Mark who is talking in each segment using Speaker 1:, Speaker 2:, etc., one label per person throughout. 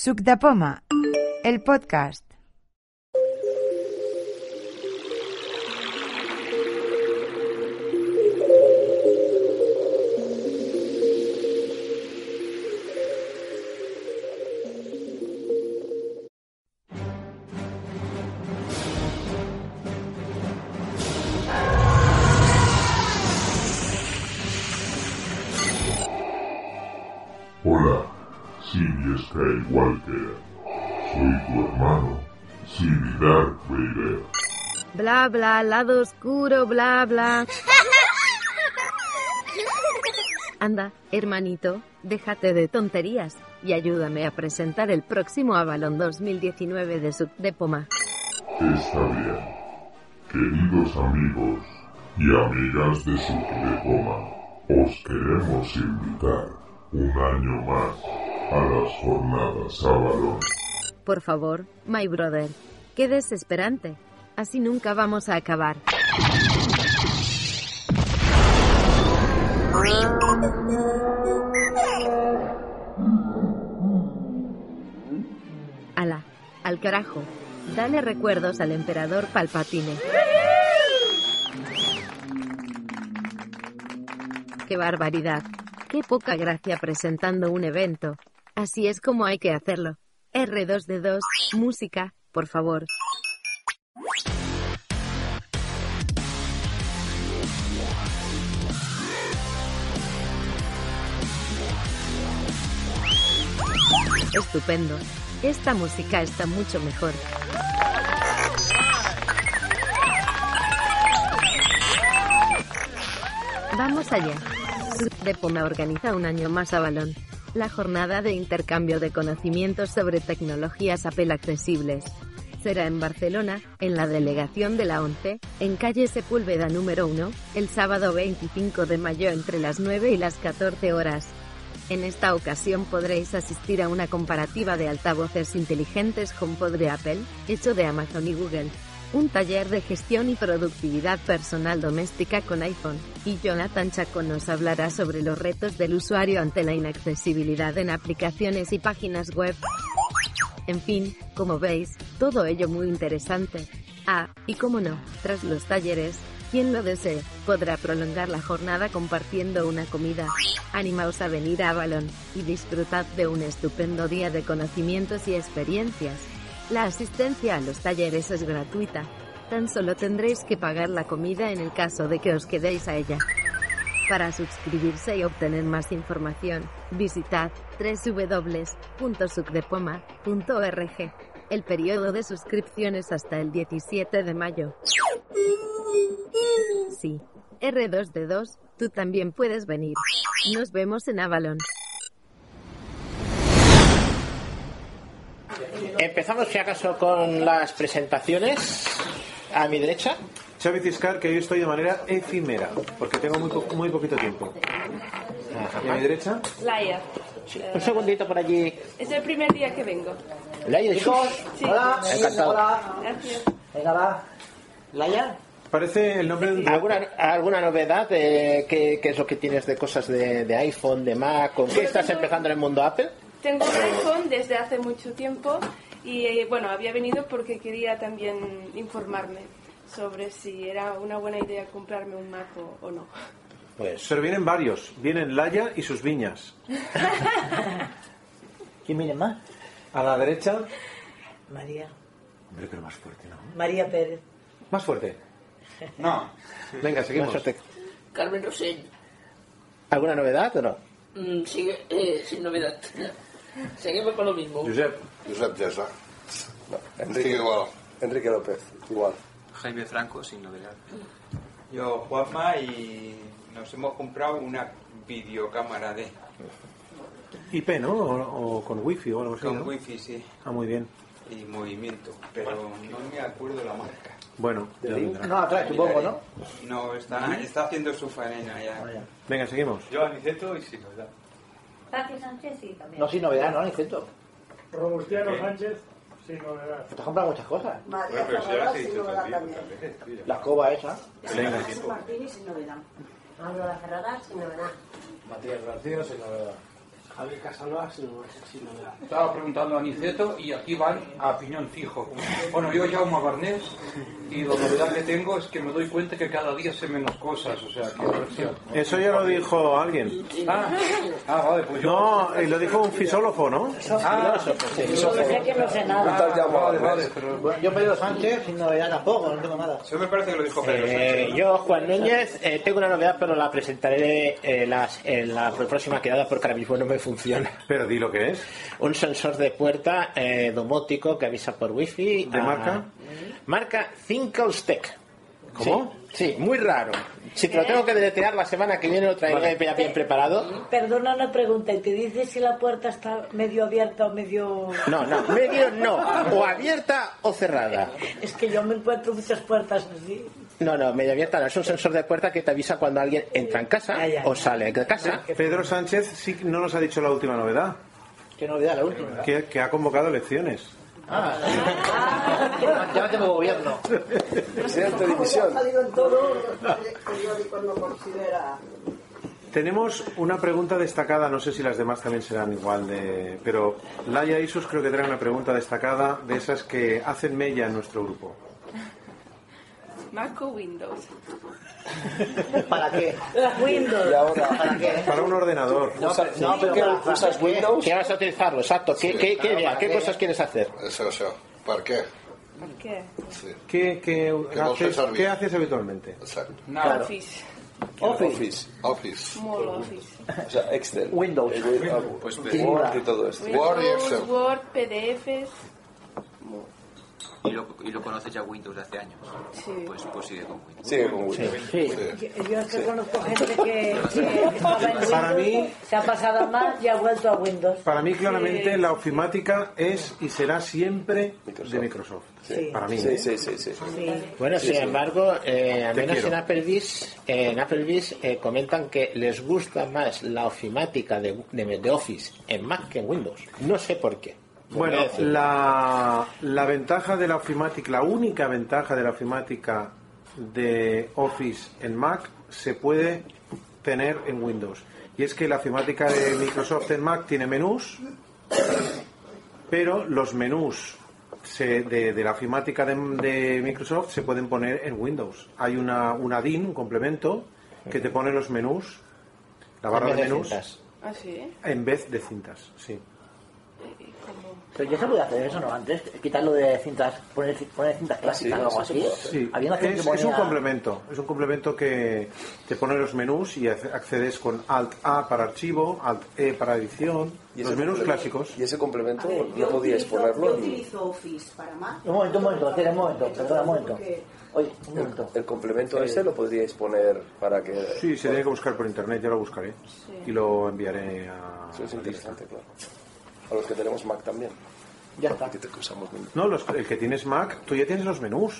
Speaker 1: Suc de poma, el podcast.
Speaker 2: Hola, Simi Skywalker. Soy tu hermano, Simi Darth Vader.
Speaker 3: Bla bla, lado oscuro, bla bla. Anda, hermanito, déjate de tonterías y ayúdame a presentar el próximo Avalon 2019 de Sub de Poma.
Speaker 2: Está bien. Queridos amigos y amigas de Subdepoma, os queremos invitar un año más a las jornadas Avalon.
Speaker 3: Por favor, my brother, qué desesperante. Así nunca vamos a acabar. Ala, al carajo. Dale recuerdos al emperador Palpatine. ¡Qué barbaridad! ¡Qué poca gracia presentando un evento! Así es como hay que hacerlo. R2D2, música, por favor. Estupendo. Esta música está mucho mejor. Vamos allá. Depoma organiza un año más a Balón. La jornada de intercambio de conocimientos sobre tecnologías Apple accesibles. Será en Barcelona, en la delegación de la ONCE, en calle Sepúlveda número 1, el sábado 25 de mayo entre las 9 y las 14 horas. En esta ocasión podréis asistir a una comparativa de altavoces inteligentes con de Apple, hecho de Amazon y Google. Un taller de gestión y productividad personal doméstica con iPhone. Y Jonathan Chaco nos hablará sobre los retos del usuario ante la inaccesibilidad en aplicaciones y páginas web. En fin, como veis, todo ello muy interesante. Ah, y como no, tras los talleres, quien lo desee, podrá prolongar la jornada compartiendo una comida. Animaos a venir a Avalon y disfrutad de un estupendo día de conocimientos y experiencias. La asistencia a los talleres es gratuita. Tan solo tendréis que pagar la comida en el caso de que os quedéis a ella. Para suscribirse y obtener más información, visitad www.sucdepoma.org. El periodo de suscripción es hasta el 17 de mayo. Sí, R2D2, tú también puedes venir. Nos vemos en Avalon.
Speaker 4: Empezamos, si acaso, con las presentaciones. A mi derecha.
Speaker 5: Xavi Tiscar, que hoy estoy de manera efímera, porque tengo muy, po- muy poquito tiempo. Y a mi derecha,
Speaker 6: Laia.
Speaker 4: Un segundito por allí.
Speaker 6: Es el primer día que vengo.
Speaker 4: Laia de Sus.
Speaker 6: Sí.
Speaker 7: Hola,
Speaker 4: Encantado.
Speaker 7: hola.
Speaker 6: Gracias.
Speaker 7: Venga, va. ¿Laya?
Speaker 5: parece el nombre de un...
Speaker 4: ¿Alguna, alguna novedad? eh, ¿qué, qué es lo que tienes de cosas de, de iPhone, de Mac? ¿Con qué estás empezando en el mundo Apple?
Speaker 6: Tengo un iPhone desde hace mucho tiempo y eh, bueno, había venido porque quería también informarme sobre si era una buena idea comprarme un Mac o, o no.
Speaker 4: Pues,
Speaker 5: Pero vienen varios. Vienen Laya y sus viñas.
Speaker 7: ¿Quién viene más?
Speaker 5: A la derecha...
Speaker 7: María.
Speaker 5: Hombre, pero más fuerte, ¿no?
Speaker 7: María Pérez.
Speaker 5: Más fuerte.
Speaker 8: No.
Speaker 5: Venga, seguimos.
Speaker 4: más te-
Speaker 9: Carmen Rosell,
Speaker 4: ¿Alguna novedad o no?
Speaker 9: mm, sigue eh, sin novedad. Seguimos con lo mismo.
Speaker 5: Josep,
Speaker 8: Josep Yesa. Enrique igual. Enrique López, igual.
Speaker 10: Jaime Franco, sin novedad. Yo, Juanma, y nos hemos comprado una videocámara de
Speaker 5: IP, ¿no? O, o con wifi o algo así,
Speaker 10: con
Speaker 5: ¿no?
Speaker 10: wifi, sí,
Speaker 5: Ah, muy bien.
Speaker 10: y movimiento, pero no me acuerdo la marca.
Speaker 5: Bueno, ya vendrá. ¿Mm?
Speaker 7: No, atrás, supongo, ¿no? Ah,
Speaker 10: No, está, está haciendo su faena ya.
Speaker 5: Venga, seguimos.
Speaker 10: Yo Aniceto y sin novedad.
Speaker 7: No, sin novedad, ¿no? Intento. Robustiano Sánchez, sin novedad. Te has comprado muchas cosas. La escoba esa.
Speaker 11: Martínez sin novedad. Álvaro Ferrada sin novedad.
Speaker 8: Matías García, sin novedad.
Speaker 11: Javier Casanova sin, sin novedad.
Speaker 9: Estaba preguntando a Niceto y aquí van a piñón fijo. Bueno, yo ya un Barnés y la novedad que tengo es que me doy cuenta que cada día sé menos cosas, o sea, que a ver si-
Speaker 5: Eso ya lo dijo alguien.
Speaker 9: Ah, ah, vale, pues yo...
Speaker 5: No, eh, lo dijo un fisólogo, ¿no?
Speaker 9: Ah,
Speaker 8: Un tal Jaume
Speaker 9: vale,
Speaker 8: Barnés.
Speaker 9: vale, pero...
Speaker 7: Bueno, yo Pedro Sánchez sin novedad tampoco, no tengo nada.
Speaker 10: Eso me parece que lo dijo Pedro
Speaker 4: Eh,
Speaker 10: Sánchez.
Speaker 4: yo, Juan Núñez, eh, tengo una novedad, pero la presentaré eh, las- en la próxima quedada porque ahora mismo no me funciona.
Speaker 5: Pero di lo que es.
Speaker 4: Un sensor de puerta eh, domótico que avisa por wifi.
Speaker 5: ¿De
Speaker 4: Ah,
Speaker 5: marca?
Speaker 4: Marca Thinkelstec.
Speaker 5: ¿Cómo?
Speaker 4: Sí, sí, muy raro. Si te lo tengo que deletear la semana que viene lo traeré ya bien preparado.
Speaker 12: Perdona una pregunta, ¿y te dice si la puerta está medio abierta o medio.?
Speaker 4: No, no, medio no. O abierta o cerrada.
Speaker 12: Es que yo me encuentro muchas puertas así.
Speaker 4: No, no, medio abierta no. Es un sensor de puerta que te avisa cuando alguien entra en casa
Speaker 12: Ah, ya,
Speaker 4: o sale de casa.
Speaker 5: Pedro Sánchez sí no nos ha dicho la última novedad,
Speaker 7: Qué novedad la última.
Speaker 5: que, que ha convocado elecciones.
Speaker 7: Ah, ya no tengo gobierno.
Speaker 8: Presidente de división.
Speaker 13: periódico no considera.
Speaker 5: Tenemos una pregunta destacada, no sé si las demás también serán igual de... Pero Laia Isus creo que trae una pregunta destacada de esas que hacen mella en nuestro grupo.
Speaker 6: Mac o Windows.
Speaker 7: ¿Para qué?
Speaker 12: Windows.
Speaker 8: Y ahora,
Speaker 7: ¿Para qué?
Speaker 5: Para un ordenador.
Speaker 8: ¿usas,
Speaker 7: no, pero
Speaker 8: ¿qué-
Speaker 7: para-
Speaker 8: usas Windows?
Speaker 4: ¿Qué vas a utilizarlo? Exacto. ¿Qué,
Speaker 8: Sí,
Speaker 4: qué, qué
Speaker 8: claro,
Speaker 4: idea?
Speaker 8: ¿para
Speaker 4: ¿Qué
Speaker 8: qué?
Speaker 4: cosas quieres hacer?
Speaker 14: Eso, eso. ¿Para qué?
Speaker 6: ¿Por qué?
Speaker 14: Sí.
Speaker 5: ¿Qué, qué
Speaker 14: Que no se
Speaker 5: haces,
Speaker 14: servir.
Speaker 5: qué haces habitualmente?
Speaker 14: Exacto.
Speaker 5: Claro.
Speaker 6: Office.
Speaker 8: Office.
Speaker 14: Office.
Speaker 6: More Office.
Speaker 8: O sea, Excel.
Speaker 7: Windows.
Speaker 14: Pues
Speaker 8: Word y todo esto.
Speaker 14: Word y
Speaker 6: Windows,
Speaker 14: Excel.
Speaker 6: Word, PDFs. Mo-
Speaker 15: Y lo, y lo conoces ya Windows de hace años.
Speaker 6: Sí.
Speaker 15: Pues, pues sigue con Windows.
Speaker 8: Sigue con Windows.
Speaker 12: Yo, yo es que conozco gente que, que estaba en Windows,
Speaker 5: Para mí-
Speaker 12: se ha pasado a Mac y ha vuelto a Windows.
Speaker 5: Para mí claramente la ofimática es y será siempre de Microsoft.
Speaker 12: Sí.
Speaker 5: Para mí.
Speaker 8: Sí,
Speaker 5: ¿eh?
Speaker 8: sí, sí, sí.
Speaker 12: Sí.
Speaker 4: Bueno,
Speaker 5: Sí,
Speaker 4: sin
Speaker 5: sí.
Speaker 4: embargo, eh, al
Speaker 5: Te
Speaker 4: menos
Speaker 5: quiero.
Speaker 4: en Applebee's, eh, en Applebee's eh, comentan que les gusta más la ofimática de, de- de Office en Mac que en Windows. No sé por qué.
Speaker 5: Bueno,
Speaker 4: Voy a decir.
Speaker 5: la, la ventaja de la ofimática, la única ventaja de la ofimática de Office en Mac se puede tener en Windows. Y es que la ofimática de Microsoft en Mac tiene menús, pero los menús se- de, de la ofimática de, de Microsoft se pueden poner en Windows. Hay una, una DIN, un complemento, que te pone los menús, la barra
Speaker 4: En
Speaker 5: de
Speaker 4: vez de
Speaker 5: menús,
Speaker 4: cintas.
Speaker 6: Ah, sí.
Speaker 5: en vez de cintas, sí.
Speaker 6: ¿Y cómo?
Speaker 7: Pero ya se puede hacer eso, ¿no? Antes, quitarlo de cintas, poner, poner cintas clásicas o algo así.
Speaker 5: Sí,
Speaker 7: Había una gente
Speaker 5: es,
Speaker 7: que
Speaker 5: es un
Speaker 7: ponía-
Speaker 5: complemento. Es un complemento que te pone los menús y ac- accedes con Alt A para archivo, Alt E para edición,
Speaker 8: Y
Speaker 5: los
Speaker 8: ese
Speaker 5: menús
Speaker 8: complemento-
Speaker 5: clásicos.
Speaker 8: Y ese complemento
Speaker 13: A ver,
Speaker 8: no
Speaker 13: yo
Speaker 8: podías
Speaker 13: utilizo-
Speaker 8: ponerlo.
Speaker 13: Yo
Speaker 8: ni-
Speaker 13: utilizo Office para Mac.
Speaker 7: Un momento, un momento, espera, un momento, perdona, un momento.
Speaker 13: Porque-
Speaker 7: Oye, un momento.
Speaker 8: El complemento este lo podríais poner para que.
Speaker 5: Sí, se tiene que buscar por internet, yo lo buscaré y lo enviaré a.
Speaker 8: Eso es
Speaker 5: a la lista.
Speaker 8: interesante, claro. A los que tenemos Mac también.
Speaker 7: Ya está.
Speaker 8: Que te- que usamos Windows.
Speaker 5: No, los- el que tienes Mac, tú ya tienes los menús.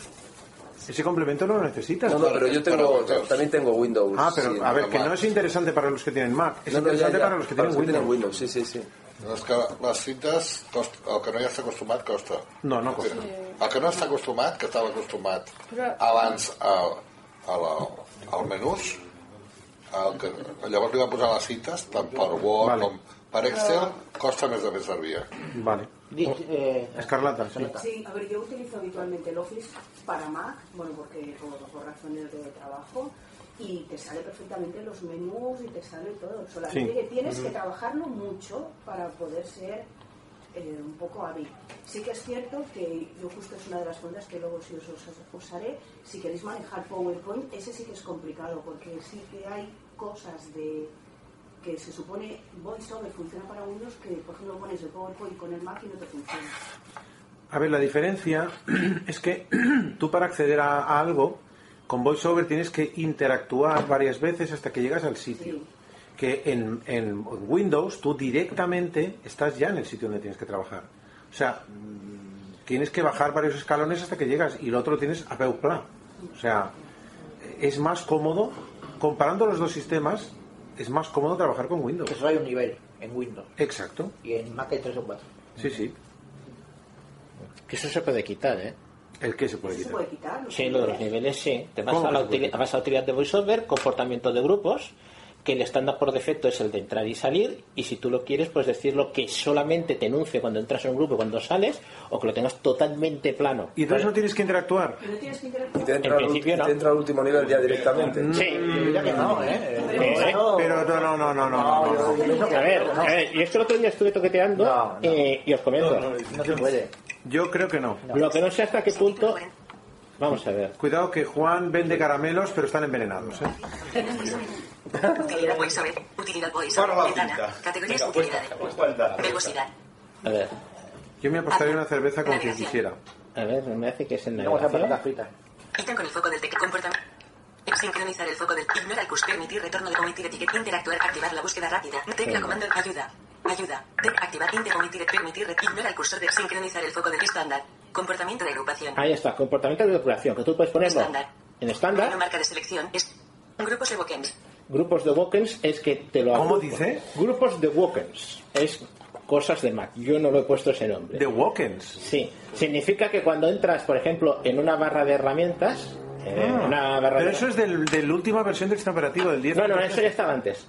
Speaker 5: Ese complemento no lo necesitas.
Speaker 8: No, no, pero yo tengo, también tengo Windows.
Speaker 5: Ah, pero
Speaker 8: sí,
Speaker 5: a ver, que
Speaker 8: Mac.
Speaker 5: no es interesante para los que tienen Mac, es
Speaker 8: No, no, ya,
Speaker 5: interesante
Speaker 8: ya,
Speaker 5: para los que tienen Windows.
Speaker 8: Windows. Sí, sí, sí.
Speaker 14: No, es que les cites, cost... el que no hi has acostumat costa.
Speaker 5: No, no costa.
Speaker 13: eh,
Speaker 14: El que no està acostumat, que estava acostumat
Speaker 6: Però-
Speaker 14: abans a, a la, al menús, el que... llavors li va posar les cites, tant per Word
Speaker 5: Vale.
Speaker 14: com per Excel, costa més de més servir.
Speaker 5: Vale. Oh,
Speaker 7: Di- eh,
Speaker 5: Escarlata, sí.
Speaker 13: Sí, a ver, yo utilizo habitualmente el Office para Mac, bueno, porque por, por razones de trabajo, y te sale perfectamente los menús y te sale todo. Solamente
Speaker 5: Sí.
Speaker 13: que tienes que
Speaker 5: Ujú.
Speaker 13: trabajarlo mucho para poder ser eh, un poco hábil. Sí que es cierto que yo justo es una de las cuentas que luego si os, os usaré, si queréis manejar PowerPoint, ese sí que es complicado, porque sí que hay cosas de que se supone VoiceOver funciona para Windows que por ejemplo pones el PowerPoint con el Mac y no te funciona.
Speaker 5: A ver, la diferencia es que tú para acceder a, a algo con VoiceOver tienes que interactuar varias veces hasta que llegas al sitio. Que en, en Windows tú directamente estás ya en el sitio donde tienes que trabajar. O sea, mm, tienes que bajar varios escalones hasta que llegas y lo otro tienes a peu pla. O sea, es más cómodo, comparando los dos sistemas, es más cómodo trabajar con Windows.
Speaker 7: que solo hay un nivel en Windows
Speaker 5: Exacto.
Speaker 7: y en Mac hay 3 o 4.
Speaker 5: Sí, sí.
Speaker 4: Que eso se puede quitar, ¿eh?
Speaker 5: El que se puede
Speaker 13: Se
Speaker 5: quitar.
Speaker 13: puede quitar.
Speaker 4: Sí, lo de los niveles sí. Te vas
Speaker 5: ¿Cómo
Speaker 4: a, la
Speaker 5: se puede
Speaker 4: utili- vas a utilidad de VoiceOver, comportamiento de grupos, que el estándar por defecto es el de entrar y salir, y si tú lo quieres, pues decirlo que solamente te enuncie cuando entras en un grupo y cuando sales, o que lo tengas totalmente plano.
Speaker 5: Y entonces no tienes que interactuar.
Speaker 13: No tienes que interactuar.
Speaker 4: Y te entra En al ulti- principio no. te entra
Speaker 5: al último nivel ya
Speaker 4: directamente. Mm. Sí.
Speaker 5: ya que no, ¿eh? Pero no, no, no, no, no. no, no.
Speaker 4: A ver, a ver, y esto el otro día estuve toqueteando eh, y os comento.
Speaker 5: Yo creo que no.
Speaker 4: Lo que no sé hasta qué punto. Vamos a ver.
Speaker 5: Cuidado que Juan vende caramelos, pero están envenenados. ¿eh?
Speaker 16: Utilidad voy a saber. Utilidad voy a saber. Ventana. Categorías utilidad. Velocidad.
Speaker 4: A ver.
Speaker 5: Yo me apostaría una cerveza con quien quisiera.
Speaker 4: A ver, me hace que es en
Speaker 5: Vamos a
Speaker 4: navegación.
Speaker 5: patatas
Speaker 16: Ítem con el foco del teclado. Comportamiento. Sincronizar el foco del Ignora el push. Permitir retorno de comitir etiqueta. Interactuar. Activar la búsqueda rápida. Tecla
Speaker 4: Venga.
Speaker 16: comando. Ayuda. Ayuda. Te- activar. Intercomitir. Permitir. ret- Ignora el cursor de sincronizar el foco del estándar. Comportamiento de agrupación.
Speaker 4: Ahí está, comportamiento de depuración, que tú puedes ponerlo
Speaker 16: Estándar.
Speaker 4: en estándar.
Speaker 16: Menú marca de selección. Es. Grupos evokens.
Speaker 4: Grupos de Walkens es que te lo ¿Cómo dice? Grupos de Walkens. Es cosas de Mac. Yo no lo he puesto ese nombre.
Speaker 5: ¿De Walkens? Sí.
Speaker 4: Significa que cuando entras, por ejemplo, en una barra de herramientas. eh,
Speaker 5: Ah,
Speaker 4: una barra
Speaker 5: pero
Speaker 4: de-
Speaker 5: eso es del, de la última versión del sistema operativo, del ¿Ah? 10.
Speaker 4: No, no, eso ya estaba antes.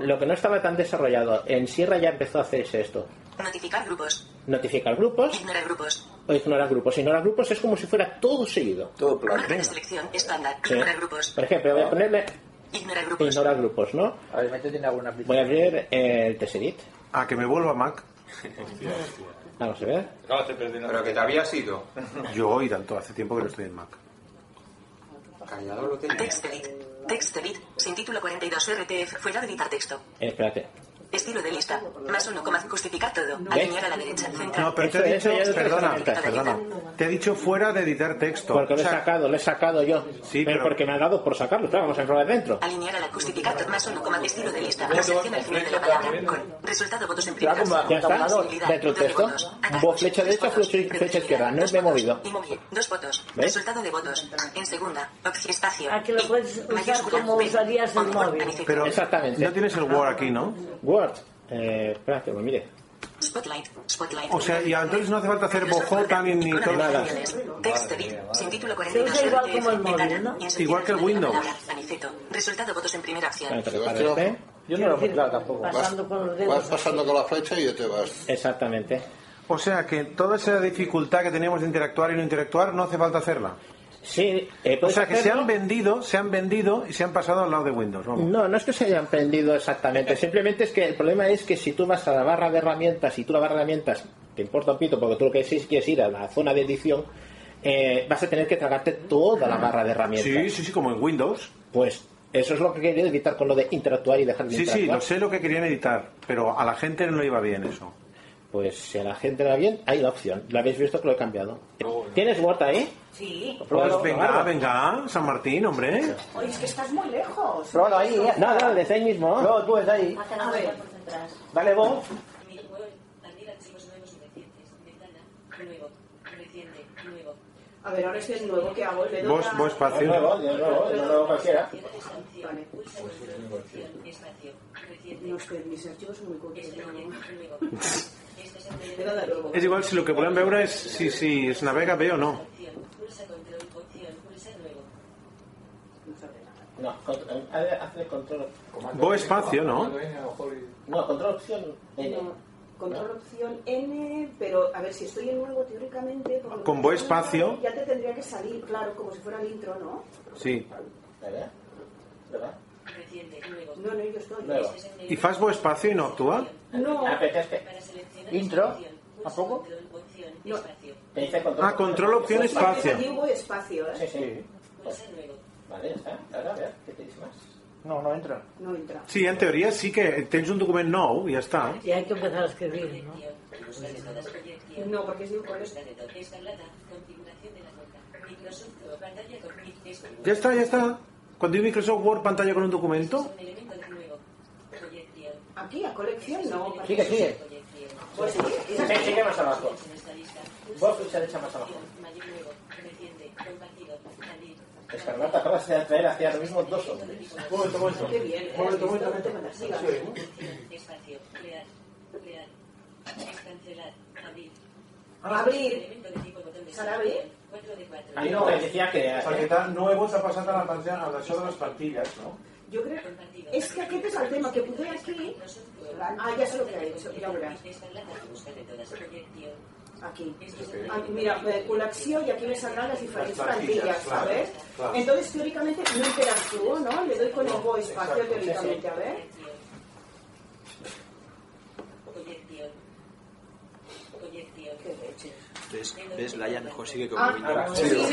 Speaker 4: Lo que no estaba tan desarrollado. En Sierra ya empezó a hacerse esto.
Speaker 16: Notificar grupos.
Speaker 4: Notificar grupos
Speaker 16: Ignorar grupos.
Speaker 4: o ignorar grupos. Ignorar grupos es como si fuera todo seguido. Todo
Speaker 16: Marca de selección. Estándar. Ignorar grupos.
Speaker 4: Por ejemplo, voy a ponerle
Speaker 16: Ignorar grupos.
Speaker 4: ignorar grupos, ¿no?
Speaker 7: A ver, métete en alguna aplicación.
Speaker 4: Voy a abrir eh, el Tesserit.
Speaker 5: Ah, que me vuelva Mac.
Speaker 4: Vamos a ver.
Speaker 10: Pero que te había sido.
Speaker 5: Yo hoy tanto, hace tiempo que no estoy en Mac.
Speaker 10: Callador lo tenía.
Speaker 16: Text edit. Text edit. Sin título 42 RTF. Fuera de editar texto.
Speaker 4: Eh, espérate.
Speaker 16: Estilo de lista. Más uno, coma, justificar todo.
Speaker 4: ¿Ves?
Speaker 16: Alinear a la derecha. Central.
Speaker 5: No, pero te he dicho, perdona, perdona. Te he dicho fuera de editar texto.
Speaker 4: Porque lo he
Speaker 5: O sea,
Speaker 4: sacado, lo he sacado yo.
Speaker 5: Sí,
Speaker 4: pero,
Speaker 5: pero-
Speaker 4: porque me ha dado por sacarlo. Claro, vamos a entrar dentro.
Speaker 16: Alinear a la justificar todo. Más uno, coma, estilo de lista. Inserción al final de la palabra. Con resultado votos en
Speaker 4: Ya
Speaker 16: primera.
Speaker 4: está, dentro del texto. Vos flecha derecha, flecha, flecha izquierda. No me he movido.
Speaker 16: Dos votos.
Speaker 4: ¿Ves?
Speaker 16: Resultado de votos. En segunda. Opción espacio.
Speaker 12: A que lo puedes usar como usarías el móvil.
Speaker 5: Pero
Speaker 4: Exactamente.
Speaker 5: No tienes el Word aquí, ¿no?
Speaker 4: Word. Eh, espera que me mire.
Speaker 16: Spotlight. Spotlight.
Speaker 5: O sea, y entonces no hace falta hacer bojota ni, ni todo.
Speaker 4: Nada.
Speaker 16: Text edit. Sin título
Speaker 12: Se
Speaker 16: 42
Speaker 12: usa igual
Speaker 16: RTF,
Speaker 12: como el
Speaker 16: ventana.
Speaker 12: móvil, ¿no?
Speaker 16: Inserción
Speaker 5: Igual que el
Speaker 16: al final de la
Speaker 5: Windows.
Speaker 16: palabra. Aniceto. Resultado votos en primera acción.
Speaker 7: Yo no lo he encontrado tampoco.
Speaker 12: Pasando con los
Speaker 14: Vas
Speaker 12: dedos.
Speaker 14: pasando con la flecha y ya te vas.
Speaker 4: Exactamente.
Speaker 5: O sea, que toda esa dificultad que teníamos de interactuar y no interactuar no hace falta hacerla.
Speaker 4: Sí, eh,
Speaker 5: O
Speaker 4: puedes
Speaker 5: sea, que se
Speaker 4: hacerlo. Mm,
Speaker 5: han vendido, se han vendido y se han pasado al lado de Windows. vamos.
Speaker 4: No, no es que se hayan prendido exactamente. Simplemente es que el problema es que si tú vas a la barra de herramientas y tú la barra de herramientas te importa un pito porque tú lo que sí quieres ir a la zona de edición, eh, vas a tener que tragarte toda la barra de herramientas.
Speaker 5: Sí, sí, sí, como en Windows.
Speaker 4: Pues eso es lo que he querido evitar con lo de interactuar y dejar de
Speaker 5: Sí, sí,
Speaker 4: interactuar.
Speaker 5: lo sé lo que querían editar, pero a la gente no le iba bien eso.
Speaker 4: Pues si a la gente le va bien, hay la opción. La habéis visto que lo he cambiado. ¿Tienes Word ahí?
Speaker 13: Sí.
Speaker 5: Pues venga, venga, San Martín, hombre.
Speaker 13: Oye, es que estás muy lejos.
Speaker 5: ¿eh?
Speaker 4: No, no, desde ahí mismo.
Speaker 7: No, tú estás ahí.
Speaker 13: A ver.
Speaker 7: Dale vos.
Speaker 13: A ver, ahora es el nuevo que hago. Le doy
Speaker 5: Vos,
Speaker 13: a-
Speaker 5: vos espacio.
Speaker 13: Vale. No es que mis archivos son muy cortos. Este Le doy a nuevo.
Speaker 5: És igual si el que volem veure és si, si es navega bé o no.
Speaker 4: No, control, hazle control.
Speaker 5: Bo espacio, ¿no?
Speaker 4: No, control opción. N.
Speaker 13: No, Control opción N, pero a ver si estoy en nuevo teóricamente. por lo que
Speaker 5: Con buen
Speaker 13: estoy viendo,
Speaker 5: espacio.
Speaker 13: Ya te tendría que salir, claro, como si fuera el intro, ¿no?
Speaker 5: Sí.
Speaker 4: ¿Verdad?
Speaker 13: No, no, yo estoy.
Speaker 4: Nuevo. Ah,
Speaker 5: I fas bo espacio i no actua?
Speaker 13: No,
Speaker 7: Intro. ¿A poco?
Speaker 13: no.
Speaker 5: Ah, control opción espacio.
Speaker 13: Aquí hubo espacio, ¿eh?
Speaker 4: Pues, sí. Vale, ya está. Ahora, a ver, ¿qué te dice más?
Speaker 7: No, no entra.
Speaker 13: No entra.
Speaker 5: Sí, en teoria sí que tens un document nou i ja està.
Speaker 12: Y hay que empezar a escribir, ¿no?
Speaker 13: No, porque es de un color.
Speaker 5: Ja està, ja està. Quan diu Microsoft Word pantalla con un documento,
Speaker 13: Aquí, a colección, no. porque
Speaker 4: Sigue,
Speaker 13: eso
Speaker 4: sigue.
Speaker 13: Pues sí, esa-
Speaker 4: Sí, sigue más abajo. Vos flecha derecha más abajo. Escarlata, acabas de atraer hacia ahora mismo dos hombres.
Speaker 13: Momento, momento. Qué bien, ¿eh? Momento, momento. No te me la sigas, ¿eh? Abrir. Sara, abrir.
Speaker 4: Ahí no, que decía que...
Speaker 5: Perquè tal, nuevos ha passat a la pantalla a això de les plantilles, no?
Speaker 13: Yo creo es que aquest és el tema, que poder aquí... Ah, ja sé lo que ha hecho, ja ho veuràs. Aquí. Ah, Mira, eh, colecció y aquí me saldrán las diferentes
Speaker 11: Las plantillas,
Speaker 13: plantillas,
Speaker 11: claro,
Speaker 13: ¿sabes?
Speaker 11: claro.
Speaker 13: Entonces, teóricamente, no interactúo, ¿no? Le doy con el voice espacio
Speaker 11: exacto,
Speaker 13: teóricamente, a
Speaker 11: sí, sí.
Speaker 13: ver.
Speaker 15: Entonces, ¿ves? Laia mejor sigue con
Speaker 13: Ah,
Speaker 15: Windows.
Speaker 13: sí, sí, sí.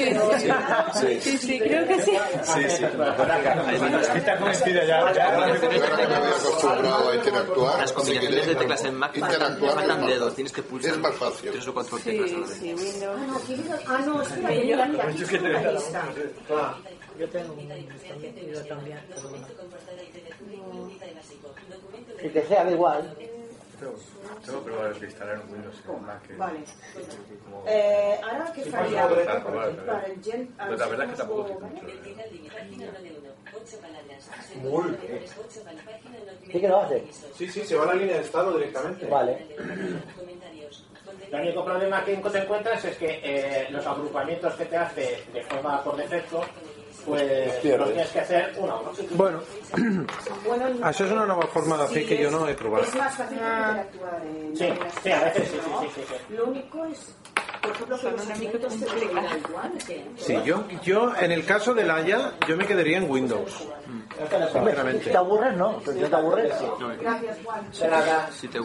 Speaker 13: Sí, sí, creo que sí.
Speaker 15: Sí, sí. Además,
Speaker 5: Está convencida ya.
Speaker 14: acostumbrado a interactuar.
Speaker 15: Las combinaciones de teclas en Mac faltan, faltan dedos, tienes que pulsar tres o cuatro teclas. a la vez.
Speaker 13: Ah, no, aquí le doy- Ah, no, espera, mira, mira, aquí está la lista.
Speaker 7: Yo tengo un también, yo también. pero bueno. El que sea, da igual.
Speaker 17: Tengo que probar el de instalar un Windows en un Mac. que-
Speaker 13: Vale.
Speaker 17: como-
Speaker 13: Eh, ahora, ¿qué
Speaker 17: Sí,
Speaker 13: faría?
Speaker 17: por favor, por favor.
Speaker 13: Para el gen-
Speaker 17: Pues la verdad es que tampoco estoy
Speaker 5: Muy
Speaker 17: mucho.
Speaker 5: bien.
Speaker 7: ¿Sí que lo hace?
Speaker 5: Sí, sí, se va a la línea de estado directamente.
Speaker 7: Vale.
Speaker 4: El único problema que te encuentras es que eh, los agrupamientos que te hace de forma por defecto,
Speaker 5: Los
Speaker 4: pues
Speaker 5: pierdes.
Speaker 4: los tienes que hacer uno a uno.
Speaker 5: eh. Bueno,
Speaker 13: Bueno,
Speaker 5: això és una nova forma de fer que jo no he
Speaker 13: Es
Speaker 5: provat.
Speaker 13: más fácil que interactuar en
Speaker 5: Ah. Sí,
Speaker 13: en las
Speaker 5: sí, a veces sí,
Speaker 13: cosas,
Speaker 5: sí,
Speaker 13: ¿no?
Speaker 5: sí, sí, sí.
Speaker 13: Lo único es, por ejemplo, que los segmentos se vean igual. ¿eh?
Speaker 5: Sí, yo, yo en el caso de Laia, yo me quedaría en Windows.
Speaker 7: Hombre, si
Speaker 5: Sinceramente.
Speaker 7: te aburres, no. Pero si no te aburres,
Speaker 13: Gracias, Juan.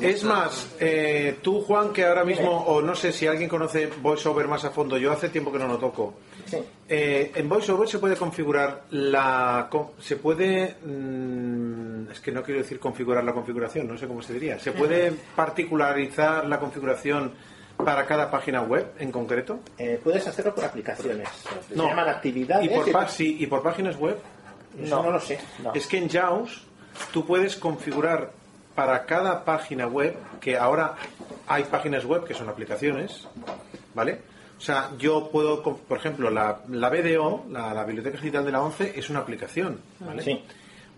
Speaker 5: Es más, eh, tú Juan, que ahora mismo, o no sé si alguien conoce VoiceOver más a fondo, yo hace tiempo que no lo toco. Eh, en VoiceOver se puede configurar la... co- Se puede... mm, es que no quiero decir configurar la configuración, no sé cómo se diría. ¿Se puede particularizar la configuración para cada página web en concreto?
Speaker 4: Eh, puedes hacerlo por aplicaciones. Se
Speaker 5: No.
Speaker 4: llaman actividades.
Speaker 5: ¿Y por, pa- sí, ¿Y por páginas web?
Speaker 4: Eso no lo sé.
Speaker 5: Es que en JAWS tú puedes configurar para cada página web, que ahora hay páginas web que son aplicaciones, ¿vale? O sea, yo puedo, con- por ejemplo, la, la BDO, la, la Biblioteca Digital de la ONCE, es una aplicación, ¿vale?
Speaker 4: Sí.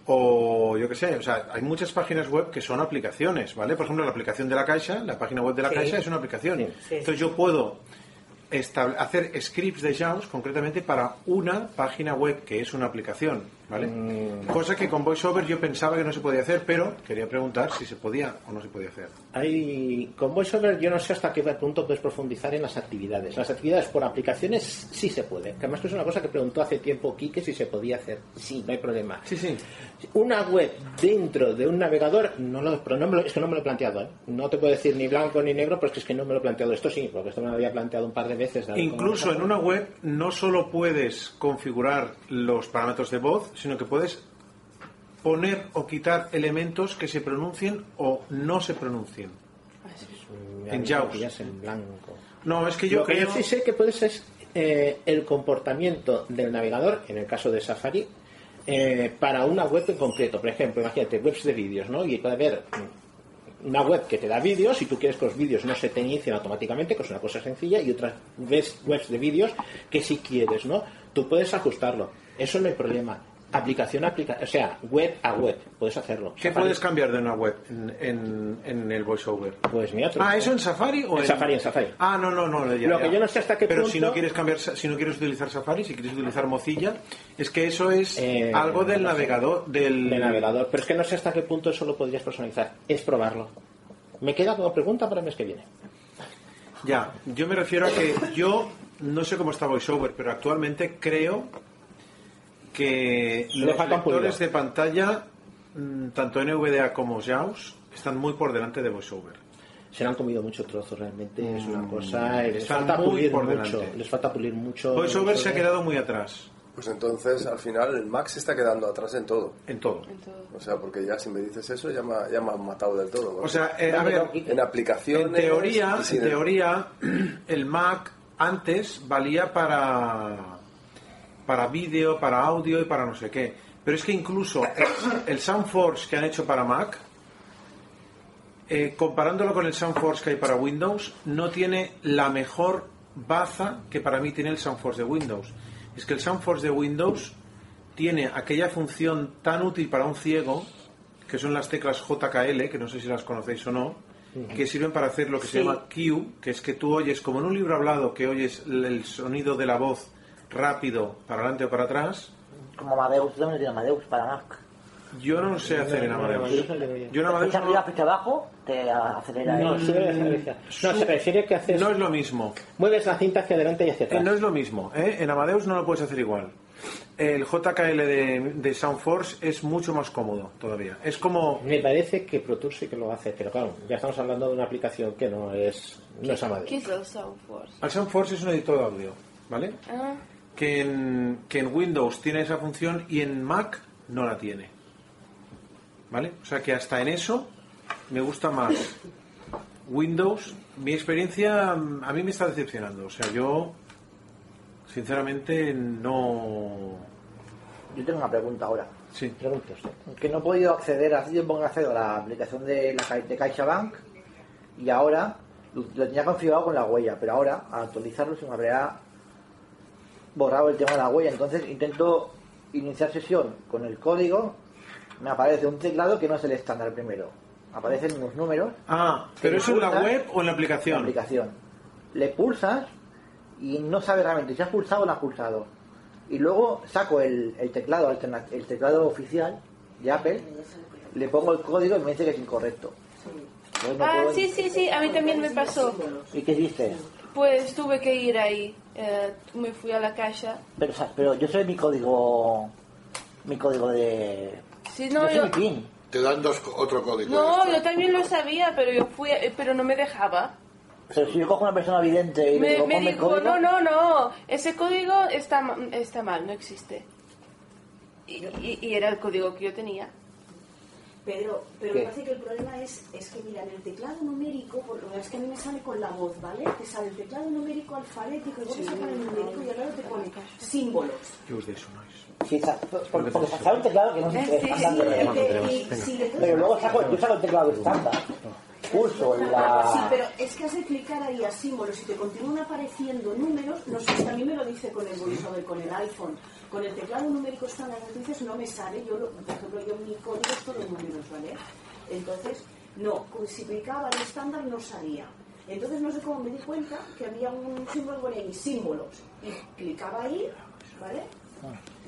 Speaker 5: O yo qué sé, o sea, hay muchas páginas web que son aplicaciones, ¿vale? Por ejemplo, la aplicación de la Caixa, la página web de la
Speaker 4: Sí.
Speaker 5: Caixa es una aplicación.
Speaker 4: Sí.
Speaker 5: Entonces yo puedo estab- hacer scripts de JAWS concretamente para una página web que es una aplicación, ¿vale?
Speaker 4: Mm.
Speaker 8: Mm.
Speaker 5: Cosa que con VoiceOver yo pensaba que no se podía hacer, pero quería preguntar si se podía o no se podía hacer.
Speaker 4: Hay, con VoiceOver yo no sé hasta qué punto puedes profundizar en las actividades. Las actividades por aplicaciones sí se puede. Que además que es una cosa que preguntó hace tiempo Quique si se podía hacer. Sí, no hay problema.
Speaker 5: Sí, sí.
Speaker 4: Una web dentro de un navegador, no lo, pero no me lo- es que no me lo he planteado. ¿eh? No te puedo decir ni blanco ni negro, pero es que, es que no me lo he planteado. Esto sí, porque esto me lo había planteado un par de veces. ¿no?
Speaker 5: Incluso en una web no solo puedes configurar los parámetros de voz, sino que puedes poner o quitar elementos que se pronuncien o no se pronuncien.
Speaker 4: Me
Speaker 5: en
Speaker 4: había
Speaker 5: JAWS.
Speaker 4: pillas en blanco.
Speaker 5: No, es que yo
Speaker 4: Lo que yo
Speaker 5: creo-
Speaker 4: sí sé que puedes es eh, el comportamiento del navegador, en el caso de Safari, eh, para una web en concreto. Por ejemplo, imagínate, webs de vídeos, ¿no? Y puede haber una web que te da vídeos y tú quieres que los vídeos no se te inicien automáticamente, que es una cosa sencilla, y otras webs, webs de vídeos que si quieres, ¿no? Tú puedes ajustarlo. Eso no hay problema. Aplicación a aplicación, o sea, web a web, puedes hacerlo.
Speaker 5: ¿Qué
Speaker 4: Safari-
Speaker 5: puedes cambiar de una web en, en- en el VoiceOver?
Speaker 4: Pues mira, te lo
Speaker 5: Ah,
Speaker 4: digo.
Speaker 5: ¿eso en Safari o
Speaker 4: En Safari, en Safari.
Speaker 5: Ah, no, no, no. ya,
Speaker 4: Lo
Speaker 5: ya.
Speaker 4: que yo no sé hasta qué
Speaker 5: Pero
Speaker 4: punto-
Speaker 5: si no quieres cambiar, sa- si no quieres utilizar Safari, si quieres utilizar Mozilla, es que eso es algo del
Speaker 4: Eh, no sé.
Speaker 5: navegador, del...
Speaker 4: de navegador. Pero es que no sé hasta qué punto eso lo podrías personalizar. Es probarlo. Me queda como pregunta para el mes que viene.
Speaker 5: Ya, yo me refiero a que yo no sé cómo está VoiceOver, pero actualmente creo que
Speaker 4: Le
Speaker 5: los
Speaker 4: falta un pulido.
Speaker 5: lectores de pantalla, mm, tanto NVDA como JAWS, están muy por delante de VoiceOver.
Speaker 4: Se le han comido mucho trozo realmente, es una
Speaker 5: Mm,
Speaker 4: cosa, eh, les
Speaker 5: están
Speaker 4: falta
Speaker 5: muy
Speaker 4: pulir
Speaker 5: por
Speaker 4: mucho,
Speaker 5: delante.
Speaker 4: les falta pulir mucho.
Speaker 5: VoiceOver se ha
Speaker 4: mucho.
Speaker 5: quedado muy atrás.
Speaker 8: Pues entonces, al final, el Mac se está quedando atrás en todo.
Speaker 5: En todo.
Speaker 8: O sea, porque ya si me dices eso, ya me, ha- ya me han matado del todo.
Speaker 5: O sea, eh, a ver,
Speaker 8: en aplicaciones...
Speaker 5: En teoría,
Speaker 8: y sin
Speaker 5: en
Speaker 8: el-
Speaker 5: teoría, el Mac antes valía para para vídeo, para audio y para no sé qué. Pero es que incluso el, el SoundForce que han hecho para Mac, eh, comparándolo con el SoundForce que hay para Windows, no tiene la mejor baza que para mí tiene el SoundForce de Windows. Es que el SoundForce de Windows tiene aquella función tan útil para un ciego, que son las teclas JKL, que no sé si las conocéis o no, que sirven para hacer lo que se
Speaker 4: Sí.
Speaker 5: llama Q, que es que tú oyes, como en un libro hablado, que oyes l- el sonido de la voz rápido, para adelante o para atrás.
Speaker 7: como Amadeus, tú también tienes Amadeus para Mac.
Speaker 5: Yo no sé hacer en Amadeus. Yo en Amadeus
Speaker 7: Flecha
Speaker 5: no,
Speaker 7: arriba, flecha abajo, te acelera. ¿eh?
Speaker 4: No,
Speaker 7: el-
Speaker 4: sube la velocidad. No, se refiere que haces.
Speaker 5: no es lo mismo.
Speaker 4: Mueves la cinta hacia adelante y hacia
Speaker 5: Eh,
Speaker 4: atrás.
Speaker 5: no es lo mismo. ¿eh? En Amadeus no lo puedes hacer igual. El JKL de, de Soundforce es mucho más cómodo todavía. Es como.
Speaker 4: Me parece que Pro Tour sí que lo hace, pero claro, ya estamos hablando de una aplicación que no es, no es Amadeus.
Speaker 6: ¿Qué es el Soundforce?
Speaker 5: El Soundforce es un editor de audio, ¿vale?
Speaker 6: Ah,
Speaker 5: Que en, que en Windows tiene esa función y en Mac no la tiene. ¿Vale? O sea que hasta en eso me gusta más Windows. Mi experiencia mm, a mí me está decepcionando. O sea, yo sinceramente no.
Speaker 7: Yo tengo una pregunta ahora.
Speaker 5: Sí.
Speaker 4: Pregunta usted.
Speaker 7: Que no he podido acceder, hace tiempo que no accedo a la aplicación de, la, Ca- de CaixaBank y ahora lo, lo tenía configurado con la huella, pero ahora al actualizarlo se me habrá borrado el tema de la huella. Entonces intento iniciar sesión con el código, me aparece un teclado que no es el estándar primero. Aparecen unos números
Speaker 5: Ah, ¿pero eso en la web o en la aplicación?
Speaker 7: la aplicación. Le pulsas y no sabe realmente si has pulsado o no has pulsado. Y luego saco el, el teclado alterna- el teclado oficial de Apple, le pongo el código y me dice que es incorrecto. Entonces no
Speaker 6: Ah,
Speaker 7: puedo-
Speaker 6: sí, sí, sí, a mí también me pasó.
Speaker 7: ¿Y qué dices?
Speaker 6: Pues tuve que ir ahí. eh, me fui a la caja.
Speaker 7: Pero, sa- pero yo sé mi código. Mi código de.
Speaker 6: Si no,
Speaker 7: yo sé
Speaker 6: yo,
Speaker 7: mi PIN.
Speaker 14: Te dan dos, otro código.
Speaker 6: no, yo también lo sabía, pero yo fui, eh, pero no me dejaba.
Speaker 7: Pero si yo cojo una persona vidente y le
Speaker 6: Me,
Speaker 7: digo,
Speaker 6: me
Speaker 7: ponme el
Speaker 6: dijo,
Speaker 7: código.
Speaker 6: no, no, no, ese código está, ma- está mal, no existe. Y, y- y era el código que yo tenía.
Speaker 13: Pedro, pero
Speaker 6: ¿Qué?
Speaker 13: me parece que el problema es, es que, mira, en el teclado numérico, por lo menos es que a mí me sale con la voz, ¿vale? Te sale el teclado numérico alfabético, y luego te
Speaker 12: Sí.
Speaker 13: sacan el numérico y al lado te pone símbolos.
Speaker 5: Dios de eso, no es.
Speaker 7: Sí, está- porque porque sacar un teclado que no es
Speaker 13: Eh, sí,
Speaker 7: estándar.
Speaker 13: sí, sí,
Speaker 7: ¿verdad?
Speaker 13: sí, Venga. sí, después-
Speaker 7: Pero luego saco, yo saco el teclado estándar. Pulso en
Speaker 13: Sí,
Speaker 7: la.
Speaker 13: pero es que has de clicar ahí a símbolos y te continúan apareciendo números. No sé, a mí me lo dice con el voiceover, con el iPhone, con el teclado numérico estándar. Entonces no me sale. Yo, lo- por ejemplo, yo mi código es todo números, ¿vale? Entonces, no, con- si clicaba el estándar no salía. Entonces no sé cómo me di cuenta que había un símbolo con ahí, símbolos. Y clicaba ahí, ¿vale?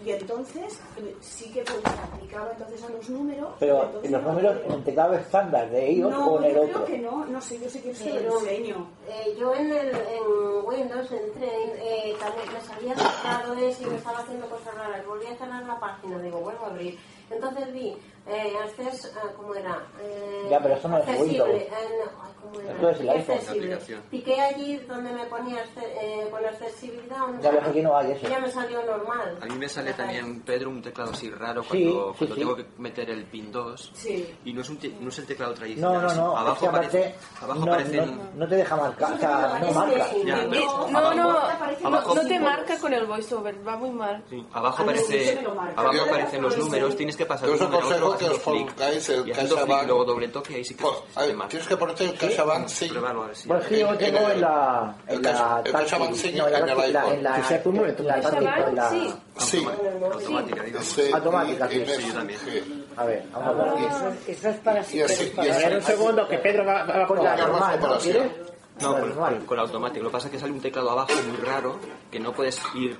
Speaker 13: Y entonces eh, sí que pues, aplicaba entonces a los números. y
Speaker 7: Pero
Speaker 13: entonces
Speaker 7: los números en el teclado estándar de ellos
Speaker 13: no,
Speaker 7: o en el
Speaker 13: yo creo
Speaker 7: otro.
Speaker 13: que no, no sé, yo sé que es el
Speaker 18: Pero,
Speaker 13: diseño.
Speaker 18: eh, yo en, el, en Windows entré, eh, también me salía errores y me estaba haciendo cosas raras. Volví a cerrar la página, digo, vuelvo a abrir. Entonces vi, eh, acceso, ah, ¿cómo era? Eh,
Speaker 7: Ya, pero eso no es
Speaker 18: accesible.
Speaker 7: Windows.
Speaker 18: eh, no, ay, ¿cómo era?
Speaker 7: Esto es el iPhone, la
Speaker 18: Accesible.
Speaker 7: aplicación.
Speaker 18: Piqué allí donde me ponía acce- eh, con accesibilidad.
Speaker 7: Ya ves, aquí no hay eso.
Speaker 18: Ya me salió normal.
Speaker 15: A mí me sale también, Pedro, un teclado así raro
Speaker 7: Sí,
Speaker 15: cuando,
Speaker 7: sí,
Speaker 15: cuando
Speaker 7: sí.
Speaker 15: tengo que meter el PIN 2.
Speaker 18: Sí.
Speaker 15: Y no es, un te- no es el teclado tradicional.
Speaker 7: No, no, no. es que
Speaker 15: Abajo
Speaker 7: aparte,
Speaker 15: aparece. Abajo
Speaker 7: no,
Speaker 15: aparecen-
Speaker 7: no, no te deja marcar. O sea, no
Speaker 15: Eso te
Speaker 7: marca.
Speaker 15: aparece Ya, en pero-
Speaker 6: No,
Speaker 15: Abajo.
Speaker 6: Eh, no, no,
Speaker 15: Abajo.
Speaker 6: no te marca con el voiceover, va muy mal.
Speaker 15: Abajo,
Speaker 6: A mí Ah, sí
Speaker 15: aparece,
Speaker 6: me lo marca.
Speaker 15: abajo
Speaker 6: Yo-
Speaker 15: aparecen los
Speaker 6: Sí.
Speaker 15: números, tienes que pasar
Speaker 14: Yo
Speaker 15: un
Speaker 14: os
Speaker 15: número a otro
Speaker 14: aconsejo que
Speaker 15: haciendo
Speaker 14: os
Speaker 15: clic.
Speaker 14: pongáis el
Speaker 15: Y haciendo
Speaker 14: CaixaBank.
Speaker 15: clic, luego doble toque, ahí sí que se marca.
Speaker 14: Tienes que ponerte el CaixaBank, sí.
Speaker 15: Pruébalo, a ver si-
Speaker 7: Bueno, es que yo tengo en la. En
Speaker 14: El
Speaker 7: la.
Speaker 14: cash- el cash
Speaker 7: táctil,
Speaker 14: avancing
Speaker 7: no, en la.
Speaker 14: en el
Speaker 7: táctil,
Speaker 14: iPhone.
Speaker 7: En la.
Speaker 14: Que sea por un momento.
Speaker 7: en la táctil, en la-
Speaker 14: Sí. Sí.
Speaker 15: Automática, digamos.
Speaker 7: Automática, sí.
Speaker 15: Sí, yo también.
Speaker 7: A ver, vamos a ver.
Speaker 12: Ah, eso es para si
Speaker 7: Y así-
Speaker 12: quieres
Speaker 15: y
Speaker 12: para-
Speaker 15: así-
Speaker 4: A ver, un segundo, que Pedro va, va a
Speaker 7: Con la
Speaker 4: probar.
Speaker 7: normal, ¿no? ¿Quieres?
Speaker 15: No, con, con- con la automática. Lo que pasa es que sale un teclado abajo muy raro que no puedes ir.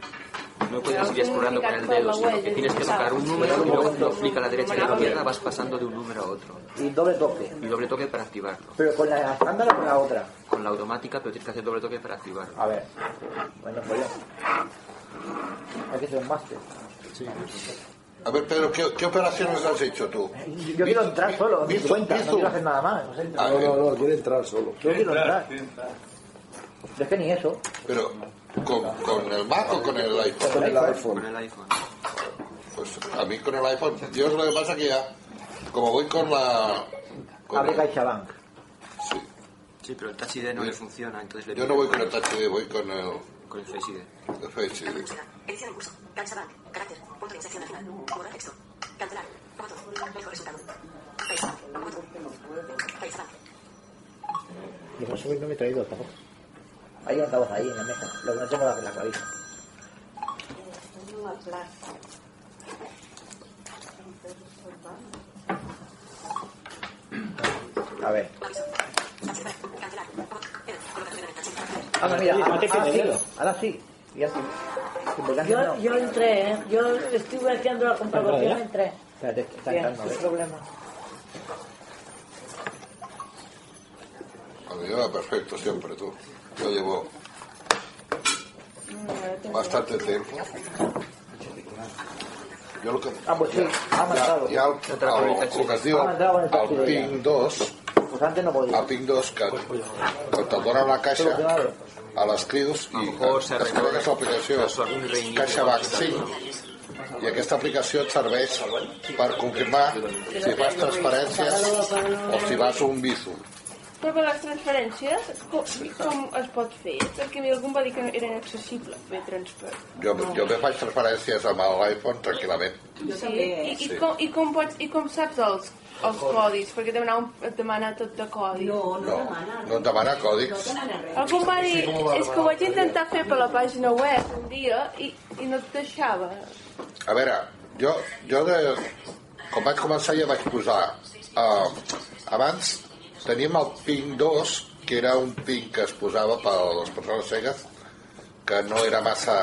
Speaker 15: No puedes ir explorando con el dedo, sino que tienes que tocar un número y luego lo clic a la derecha y a la izquierda vas pasando de un número a otro.
Speaker 7: Y doble toque.
Speaker 15: Y doble toque para activarlo.
Speaker 7: Pero con la estándar o con la otra.
Speaker 15: Con la automática, pero tienes que hacer doble toque para activarlo.
Speaker 7: A ver. Bueno, pues ya. Hay que ser un máster.
Speaker 14: A ver, Pedro, ¿qué, qué operaciones has hecho tú?
Speaker 7: Yo quiero entrar solo, en mi
Speaker 14: Visto,
Speaker 7: cuenta. No
Speaker 14: visto.
Speaker 7: quiero hacer nada más.
Speaker 14: No, no,
Speaker 7: no, quiero entrar solo. Yo quiero entrar. Pero Es que ni eso.
Speaker 14: Pero, ¿con, con el Mac o con el iPhone?
Speaker 7: Con el iPhone.
Speaker 15: Con el iPhone.
Speaker 14: Pues a mí con el iPhone. Yo lo que pasa que ya, como voy con la... con
Speaker 7: Abre
Speaker 14: el-
Speaker 7: CaixaBank.
Speaker 15: Sí, pero el Touch ID no le funciona, entonces le
Speaker 14: yo no voy con el Touch ID, voy con el...
Speaker 15: Con el Face ID.
Speaker 14: el Face ID.
Speaker 16: Edición en curso. CaixaBank. Carácter. Punto de inserción al final. Modo texto. Cancelar. Foto. Mejor resultado. Facebook. Foto. CaixaBank.
Speaker 4: Y por suerte no me he traído tampoco.
Speaker 7: Hay un altavoz ahí en la mesa. Lo que no tengo es la cabeza. A ver. Ah, mira,
Speaker 4: Sí,
Speaker 7: ahora,
Speaker 4: no te
Speaker 7: ahora sí.
Speaker 4: quedes, ¿no?
Speaker 7: Ahora sí. Y así.
Speaker 12: Yo, yo entré, ¿eh? yo estuve haciendo la comprobación, entré.
Speaker 4: Espérate, que está
Speaker 12: Bien,
Speaker 4: entrando,
Speaker 12: sin
Speaker 4: eh.
Speaker 12: problema.
Speaker 14: A mí me va perfecto siempre tú. Yo llevo bastante tiempo. Yo lo que.
Speaker 7: Ah, pues sí, ha mandado.
Speaker 14: Y al, al, lo que os digo,
Speaker 7: Ha mandado en el
Speaker 14: al
Speaker 7: partido ya.
Speaker 14: PIN 2,
Speaker 7: Pues antes no podía.
Speaker 14: a PIN 2, que contadora la caixa, a les cridos i es creu que és l'aplicació CaixaBank 5 i aquesta aplicació et serveix per confirmar si fas transferències o si vas a un viso.
Speaker 6: Però per les transferències, com, com es pot fer? Perquè a mi algú em va dir que no- era inaccessible fer transfer.
Speaker 14: Jo, jo me faig transferències amb l'iPhone tranquil·lament.
Speaker 6: Sí? I, i,
Speaker 14: Sí.
Speaker 6: com, i, com pots, I com saps els, els codis? Perquè demana, un, et demana tot de codi. No,
Speaker 14: No, no et demana còdics.
Speaker 6: Algú em va dir,
Speaker 14: Sí, com ho va
Speaker 6: és que ho vaig intentar fer per la pàgina web un dia i, i no et deixava.
Speaker 14: A veure, jo, jo de, quan vaig començar ja vaig posar... Uh, abans teníem el PIN 2, que era un PIN que es posava per a les persones cegues, que no era massa...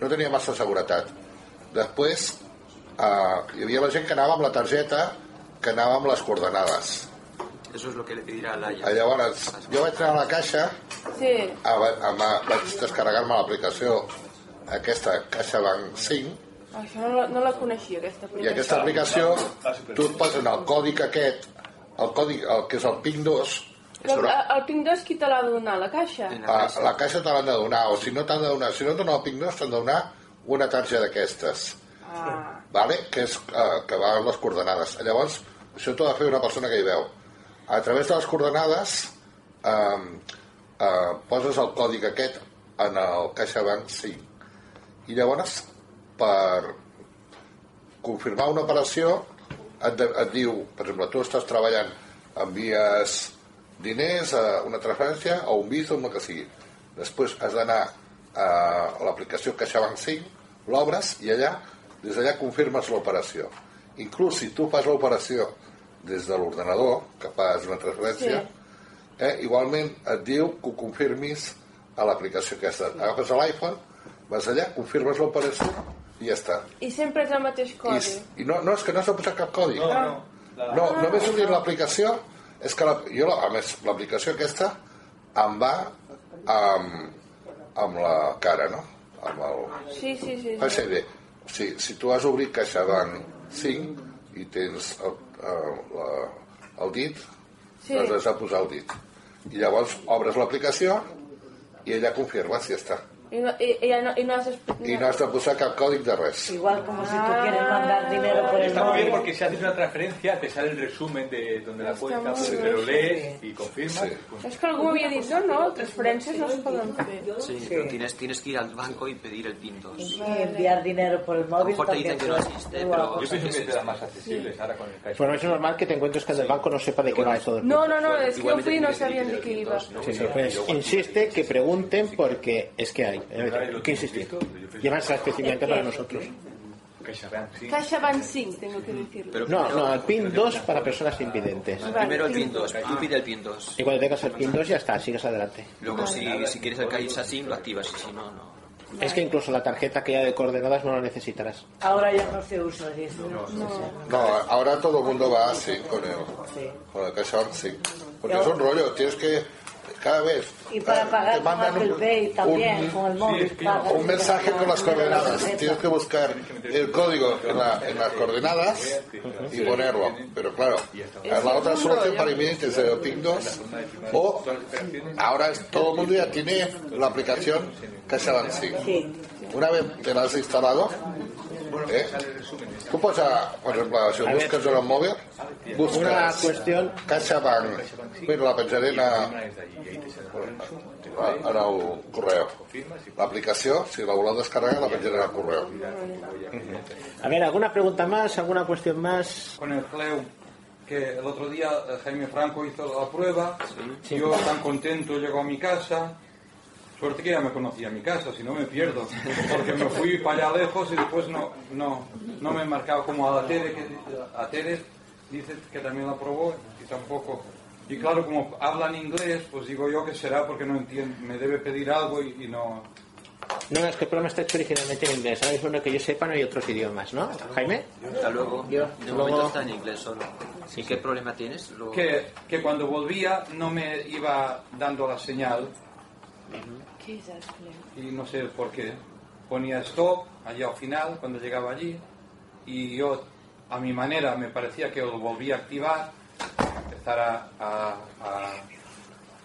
Speaker 14: no tenia massa seguretat. Després uh, hi havia la gent que anava amb la targeta que anava amb les coordenades.
Speaker 15: Eso es lo que le pedirá a Laia.
Speaker 14: Eh, Llavors, jo vaig anar a la caixa
Speaker 6: Sí.
Speaker 14: a, a, a, ah, vaig descarregar-me l'aplicació aquesta CaixaBank 5
Speaker 6: Això no, la- no la coneixia, aquesta
Speaker 14: i
Speaker 6: aplicació.
Speaker 14: aquesta aplicació tu et posen el còdic aquest el còdic el que és el PIN2
Speaker 6: Però ah, el, el Ping 2 qui te l'ha de donar? La caixa?
Speaker 14: a, Ah, la caixa te l'han de donar o si no t'han de donar si no et donen el PIN2 t'han de donar una targeta d'aquestes
Speaker 6: Ah.
Speaker 14: vale? que, és, eh, que va amb les coordenades llavors això t'ho ha de fer una persona que hi veu a través de les coordenades eh, eh, poses el còdic aquest en el CaixaBank 5 i llavors per confirmar una operació et, de, et diu, per exemple, tu estàs treballant envies diners a una transferència o un vis o el que sigui després has d'anar eh, a l'aplicació CaixaBank 5 l'obres i allà des d'allà confirmes l'operació inclús si tu fas l'operació des de l'ordenador que fas una transferència eh, igualment et diu que ho confirmis a l'aplicació aquesta agafes l'iPhone, vas allà, confirmes l'operació i ja està
Speaker 6: I sempre és el mateix codi.
Speaker 14: i no, no, és que no s'ha posat cap codi.
Speaker 6: No,
Speaker 14: no. no només ho diu l'aplicació, és que la, jo, la- a més, l'aplicació aquesta em va amb, amb la cara, no? Amb el...
Speaker 6: Sí, sí, sí.
Speaker 14: Ah,
Speaker 6: sí.
Speaker 14: sí, bé. Sí, si tu has obrit CaixaBank 5 i tens el, el, la, el dit,
Speaker 6: Sí.
Speaker 14: sí. doncs has de posar el dit. I llavors obres l'aplicació i ella confirma si està.
Speaker 6: I no, i, i, no, i no has explicat...
Speaker 14: I no has de posar cap còdic de res.
Speaker 12: Igual como si tú quieres
Speaker 6: Ah,
Speaker 12: mandar dinero por el
Speaker 17: Está muy bien
Speaker 12: móvil.
Speaker 17: porque si haces una transferencia te sale el resumen de donde la
Speaker 6: Está
Speaker 17: cuenta,
Speaker 6: muy
Speaker 17: pero
Speaker 6: bien.
Speaker 17: lees y confirmas. Pues,
Speaker 6: És que algú m'havia dit, no, no, transferències no es poden fer.
Speaker 15: Sí, pero tienes, tienes que ir al banco y pedir el PIN 2.
Speaker 12: Y enviar dinero por el
Speaker 15: A lo
Speaker 12: móvil
Speaker 15: mejor te
Speaker 12: también.
Speaker 15: dicen que no existe, pero...
Speaker 17: yo pienso que será más accesible pues ahora con el
Speaker 4: Bueno, es normal que te encuentres que en el banco no sepa de qué va eso del
Speaker 6: No, no, no, es que yo fui y no sabían de qué iba.
Speaker 4: Sí, sí, pues, insiste que pregunten porque es que hay. Hay que insistir. Llevan esa especialmente para nosotros.
Speaker 6: CaixaBank 5, tengo que decirlo.
Speaker 4: No, no, el PIN 2 para personas invidentes.
Speaker 15: Primero el PIN 2, tú pide el PIN 2.
Speaker 4: Y cuando tengas el PIN 2 ya está, sigues adelante.
Speaker 15: Luego si, si quieres el CaixaBank SIM lo activas y si no, no.
Speaker 4: Es que incluso la tarjeta que ya de coordenadas no la necesitarás.
Speaker 12: Ahora ya no se usa eso.
Speaker 14: No, ahora todo el mundo va así con el, con el CaixaBank, sí. Porque es un rollo, tienes que cada vez
Speaker 12: Y para pagar con Apple Pay también, con el móvil. pagas
Speaker 14: un mensaje con las coordenadas, tienes que buscar el código en, la- en las coordenadas y ponerlo. Pero claro, la otra solución para invidentes es el PIN 2 o ahora es- todo el mundo ya tiene la aplicación CaixaBank, sí. Una vez te la has instalado, ¿eh? Tú posa, per exemple, si ho
Speaker 4: A
Speaker 14: busques en el mòbil, busques...
Speaker 4: Una qüestió...
Speaker 14: CaixaBank. Mira, la penjaré en, a- en el correu. L'aplicació, si la voleu descarregar, la penjaré en el correu.
Speaker 4: A ver, ¿alguna pregunta más? ¿Alguna cuestión más?
Speaker 9: con el Cleu, que el otro día eh, Jaime Franco hizo la prueba, yo tan contento llego a mi casa, suerte que ya me conocía mi casa, si no me pierdo, porque me fui para allá lejos y después no, no, no me he marcado como a la Tere, que a Tere dice que también la probó y tampoco. Y claro, como hablan inglés, pues digo yo que será porque no entiendo, me debe pedir algo y, y no...
Speaker 4: No, es que el programa está hecho originalmente en inglés. Ahora mismo no que yo sepa no hay otros idiomas, ¿no? Jaime.
Speaker 15: Hasta luego.
Speaker 4: Yo,
Speaker 15: De
Speaker 4: luego-
Speaker 15: momento está en inglés solo. ¿Qué problema tienes? Lo-
Speaker 9: Que, que cuando volvía no me iba dando la señal y no sé por qué. Ponía stop allá al final cuando llegaba allí y yo a mi manera me parecía que lo volvía a activar, empezar a, a- a-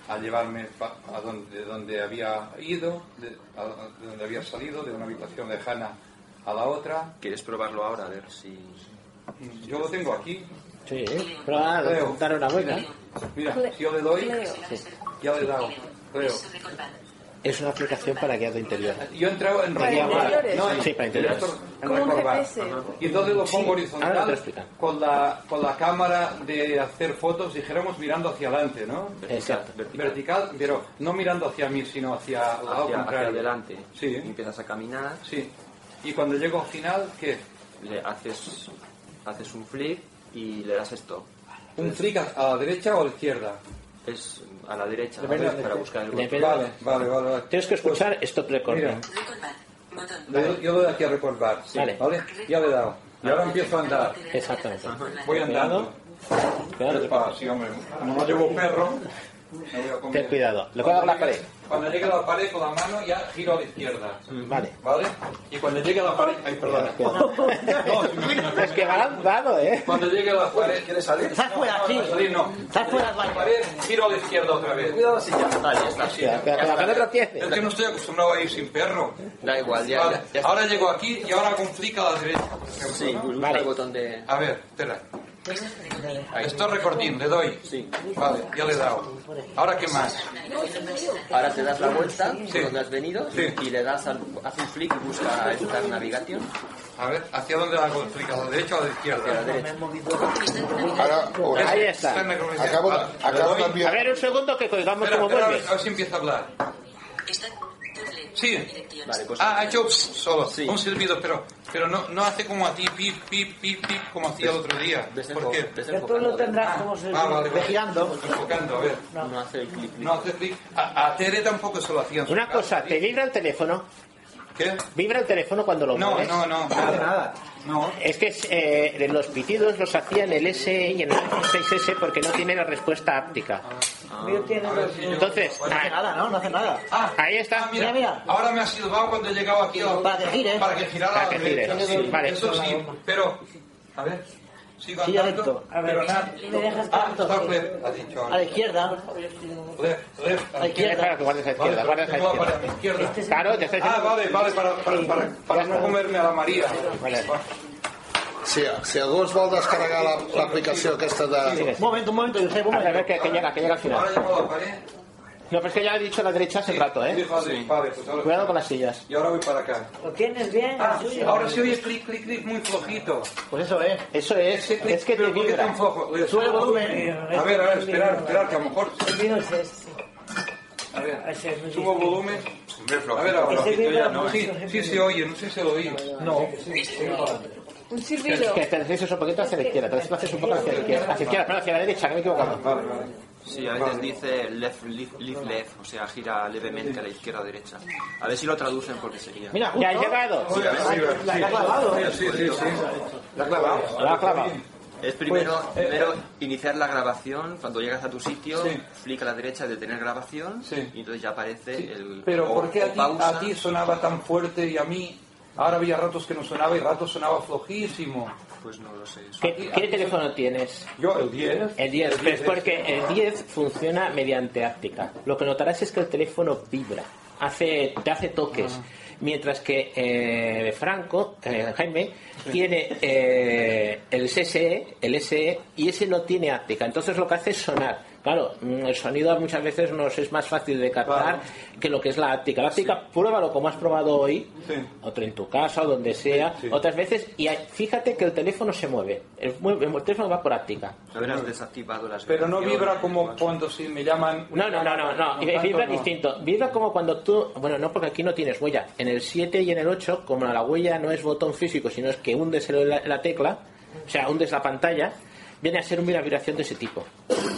Speaker 9: a llevarme pa- a donde, donde había ido, de- a- a donde había salido, de una habitación lejana a la otra.
Speaker 15: ¿Quieres probarlo ahora? A ver si...
Speaker 9: Yo lo tengo aquí.
Speaker 4: Sí, pero ahora le
Speaker 9: Creo.
Speaker 4: dar una vuelta.
Speaker 9: Mira, si yo le doy, ya le he dado. Creo.
Speaker 4: Es una aplicación para guiado interior.
Speaker 9: Yo he entrado en
Speaker 4: Para
Speaker 9: recorbar.
Speaker 4: interiores. Sí, para interiores.
Speaker 9: En
Speaker 4: Como un
Speaker 9: recorbar.
Speaker 4: GPS.
Speaker 9: Ajá. Y entonces lo pongo
Speaker 4: ahora te lo
Speaker 9: horizontal
Speaker 4: explican.
Speaker 9: con la, con la cámara de hacer fotos, dijéramos mirando hacia adelante, ¿no?
Speaker 4: Exacto.
Speaker 9: Vertical, pero no mirando hacia mí, sino hacia, el lado
Speaker 15: hacia, hacia
Speaker 9: contrario.
Speaker 15: adelante.
Speaker 9: Sí.
Speaker 15: Y empiezas a caminar.
Speaker 9: Sí. Y cuando llego al final, ¿qué?
Speaker 15: Le haces, haces un flip y le das stop.
Speaker 9: ¿Un flick a a la derecha o a la izquierda?
Speaker 15: Es a la derecha
Speaker 9: Depende
Speaker 15: para
Speaker 9: de-
Speaker 15: buscar el
Speaker 9: depende
Speaker 15: botón.
Speaker 9: Vale, vale, vale, vale. Pues,
Speaker 4: Tienes que escuchar stop recording.
Speaker 9: Yo, yo le doy aquí a recordar. Sí,
Speaker 4: Vale.
Speaker 9: Ya le he dado. Y ahora empiezo a andar.
Speaker 4: Exactamente.
Speaker 9: Voy andando.
Speaker 4: Cuidado.
Speaker 9: Epa, sí, hombre. Como no llevo perro, me voy a comer.
Speaker 4: Ten cuidado. Le cuelgo la pared.
Speaker 9: Cuando llegue a la pared con la mano ya giro a la izquierda.
Speaker 4: Vale.
Speaker 9: ¿Vale? Y cuando llegue a la pared. Ay, perdona.
Speaker 4: Es que balanzado, ¿eh?
Speaker 9: Cuando llegue a la pared. ¿Quieres salir? Estás fuera aquí. No, salir no. Estás fuera la pared. Giro a la izquierda otra vez. Cuidado si ya está. Ya está.
Speaker 4: Cuidado, cuidado, que la pared tropiece.
Speaker 9: Es que no estoy acostumbrado a ir sin perro.
Speaker 15: Da igual, ya.
Speaker 9: Vale,
Speaker 15: ya, ya está.
Speaker 9: Ahora llego aquí y ahora complica a la derecha. por ejemplo,
Speaker 15: Sí,
Speaker 9: ¿no?
Speaker 15: busca el botón de.
Speaker 9: A ver, espera. Estoy recordín, le doy.
Speaker 15: Sí.
Speaker 9: Vale, ya le he dado. Ahora qué más.
Speaker 15: Ahora te das la vuelta
Speaker 9: Sí.
Speaker 15: por donde has venido y le das al, haz un flick y busca editar navegación.
Speaker 9: A ver, ¿hacia dónde la complica? ¿A la derecha o a la izquierda?
Speaker 15: A la derecha.
Speaker 14: Ahora, ahora.
Speaker 9: Este,
Speaker 4: Ahí está.
Speaker 14: Acabo,
Speaker 9: Vale,
Speaker 14: acabo
Speaker 9: le doy.
Speaker 14: también.
Speaker 4: A ver, un segundo que colgamos
Speaker 9: Espera,
Speaker 4: como
Speaker 9: espera, a ver,
Speaker 4: vuelve.
Speaker 9: a ver si empieza a hablar. Sí. ah, ha hecho pss solo, un silbido, pero, pero no, no hace como a ti, pip, pip, pip, pip, como hacía el otro día. ¿Por qué?
Speaker 12: Después lo tendrás como se
Speaker 9: Ah, vale, vale.
Speaker 4: Girando.
Speaker 9: Enfocando, a ver.
Speaker 15: No, hace el clic.
Speaker 9: No hace clic. A, a Tere tampoco se lo hacían.
Speaker 4: Una cosa, ¿te vibra el teléfono?
Speaker 9: ¿Qué?
Speaker 4: ¿Vibra el teléfono cuando lo
Speaker 9: No,
Speaker 4: mueves?
Speaker 9: no, no, No hace
Speaker 4: nada.
Speaker 9: No.
Speaker 4: Es que eh, los pitidos los hacían el S y en el 6S porque no tiene la respuesta áptica. Entonces, no hace nada, ¿no? No hace nada. Ahí está.
Speaker 9: Mira, Ahora me ha silbado cuando he llegado aquí a la-
Speaker 4: Para que gire.
Speaker 9: Para que girara
Speaker 4: Para
Speaker 9: a la
Speaker 4: Ah, que gire,
Speaker 9: derecha,
Speaker 4: sí,
Speaker 9: sí.
Speaker 4: vale.
Speaker 9: Eso sí, pero. A ver. Sigo
Speaker 7: Sigue
Speaker 9: andando,
Speaker 7: recto. A ver,
Speaker 9: pero nada.
Speaker 7: le dejas
Speaker 9: Ah,
Speaker 7: tanto,
Speaker 9: stop
Speaker 7: sí.
Speaker 9: left, ha dicho
Speaker 7: A
Speaker 9: ahora.
Speaker 7: la izquierda.
Speaker 9: Left, left, a la
Speaker 4: izquierda. Claro, que guardes a la izquierda,
Speaker 9: Vale,
Speaker 4: guardes a la
Speaker 9: tengo la pared a la izquierda.
Speaker 4: Claro, te estoy
Speaker 9: Ah, vale, vale, para, para, para, para no comerme a la María.
Speaker 14: Si, si algú es vol descarregar la- l'aplicació aquesta de...
Speaker 4: Un momento, un momento, Josep, un momento. A ver, que, que llega, que llega al final. No, pero es que ya he dicho la derecha hace rato, ¿eh?
Speaker 9: Dijo, sí, vale, pues ahora-
Speaker 4: Cuidado con las sillas.
Speaker 9: Y ahora voy para acá.
Speaker 12: ¿Lo tienes bien?
Speaker 9: Ah, ahora se oye clic, clic, clic muy flojito.
Speaker 4: Pues eso es. Eso es.
Speaker 9: Ese clic,
Speaker 4: Es que te
Speaker 9: pero ¿por qué
Speaker 4: vibra.
Speaker 9: tan flojo? Oye, A ver, a ver, esperar, esperar, que a lo mejor.
Speaker 12: este,
Speaker 9: A ver, subo volumen. A ver, ahora.
Speaker 12: Ese vibra
Speaker 9: ya no,
Speaker 12: mucho,
Speaker 9: Sí,
Speaker 12: ese
Speaker 9: sí se oye, no sé si se lo oí. No.
Speaker 6: Un
Speaker 4: Es
Speaker 6: silbido.
Speaker 4: que te deslices un poquito hacia la izquierda, te desplaces un poco hacia la izquierda, hacia la izquierda, perdón, hacia la derecha, que me he equivocado.
Speaker 15: Sí, a veces dice left, left, left, left, o sea, gira levemente a la izquierda o derecha. A ver si lo traducen porque sería.
Speaker 4: Mira, ya ha llegado.
Speaker 15: Sí, a ver, sí, a ver, sí. ¿eh?
Speaker 9: Sí, sí, sí. ¿eh? La clavado. Pues, eh,
Speaker 4: La ha clavado.
Speaker 15: Es primero, primero iniciar la grabación, cuando llegas a tu sitio, clic a la derecha, detener grabación, y entonces ya aparece el...
Speaker 9: Pero
Speaker 15: o-
Speaker 9: ¿por qué
Speaker 15: o
Speaker 9: a ti,
Speaker 15: pausa.
Speaker 9: a ti sonaba tan fuerte y a mí ahora había ratos que no sonaba y ratos sonaba flojísimo?
Speaker 15: Pues no lo sé.
Speaker 4: ¿Qué, qué teléfono tienes?
Speaker 9: Yo, el 10.
Speaker 4: El 10, pero es porque el 10 funciona mediante áptica. Lo que notarás es que el teléfono vibra, hace, te hace toques. Mientras que eh, Franco, eh, Jaime, tiene eh, el SE, el SE, y ese no tiene áptica. Entonces lo que hace es sonar. Claro, mm, el sonido muchas veces nos es más fácil de captar que lo que es la áptica. La áptica, pruébalo como has probado hoy, otro en tu casa o donde sea, otras veces, y hay- fíjate que el teléfono se mueve. El, mue- el teléfono va por áptica.
Speaker 15: Habrás desactivado las
Speaker 9: Pero no vibra como cuando si me llaman...
Speaker 4: No, no, no, no, no.
Speaker 9: tanto
Speaker 4: Vibra
Speaker 9: no.
Speaker 4: distinto. Vibra como cuando tú. Bueno, no, porque aquí no tienes huella. En el 7 y en el 8, como la huella no es botón físico, sino es que hundes el- la, la tecla, o sea, hundes la pantalla, viene a ser una vibración de ese tipo.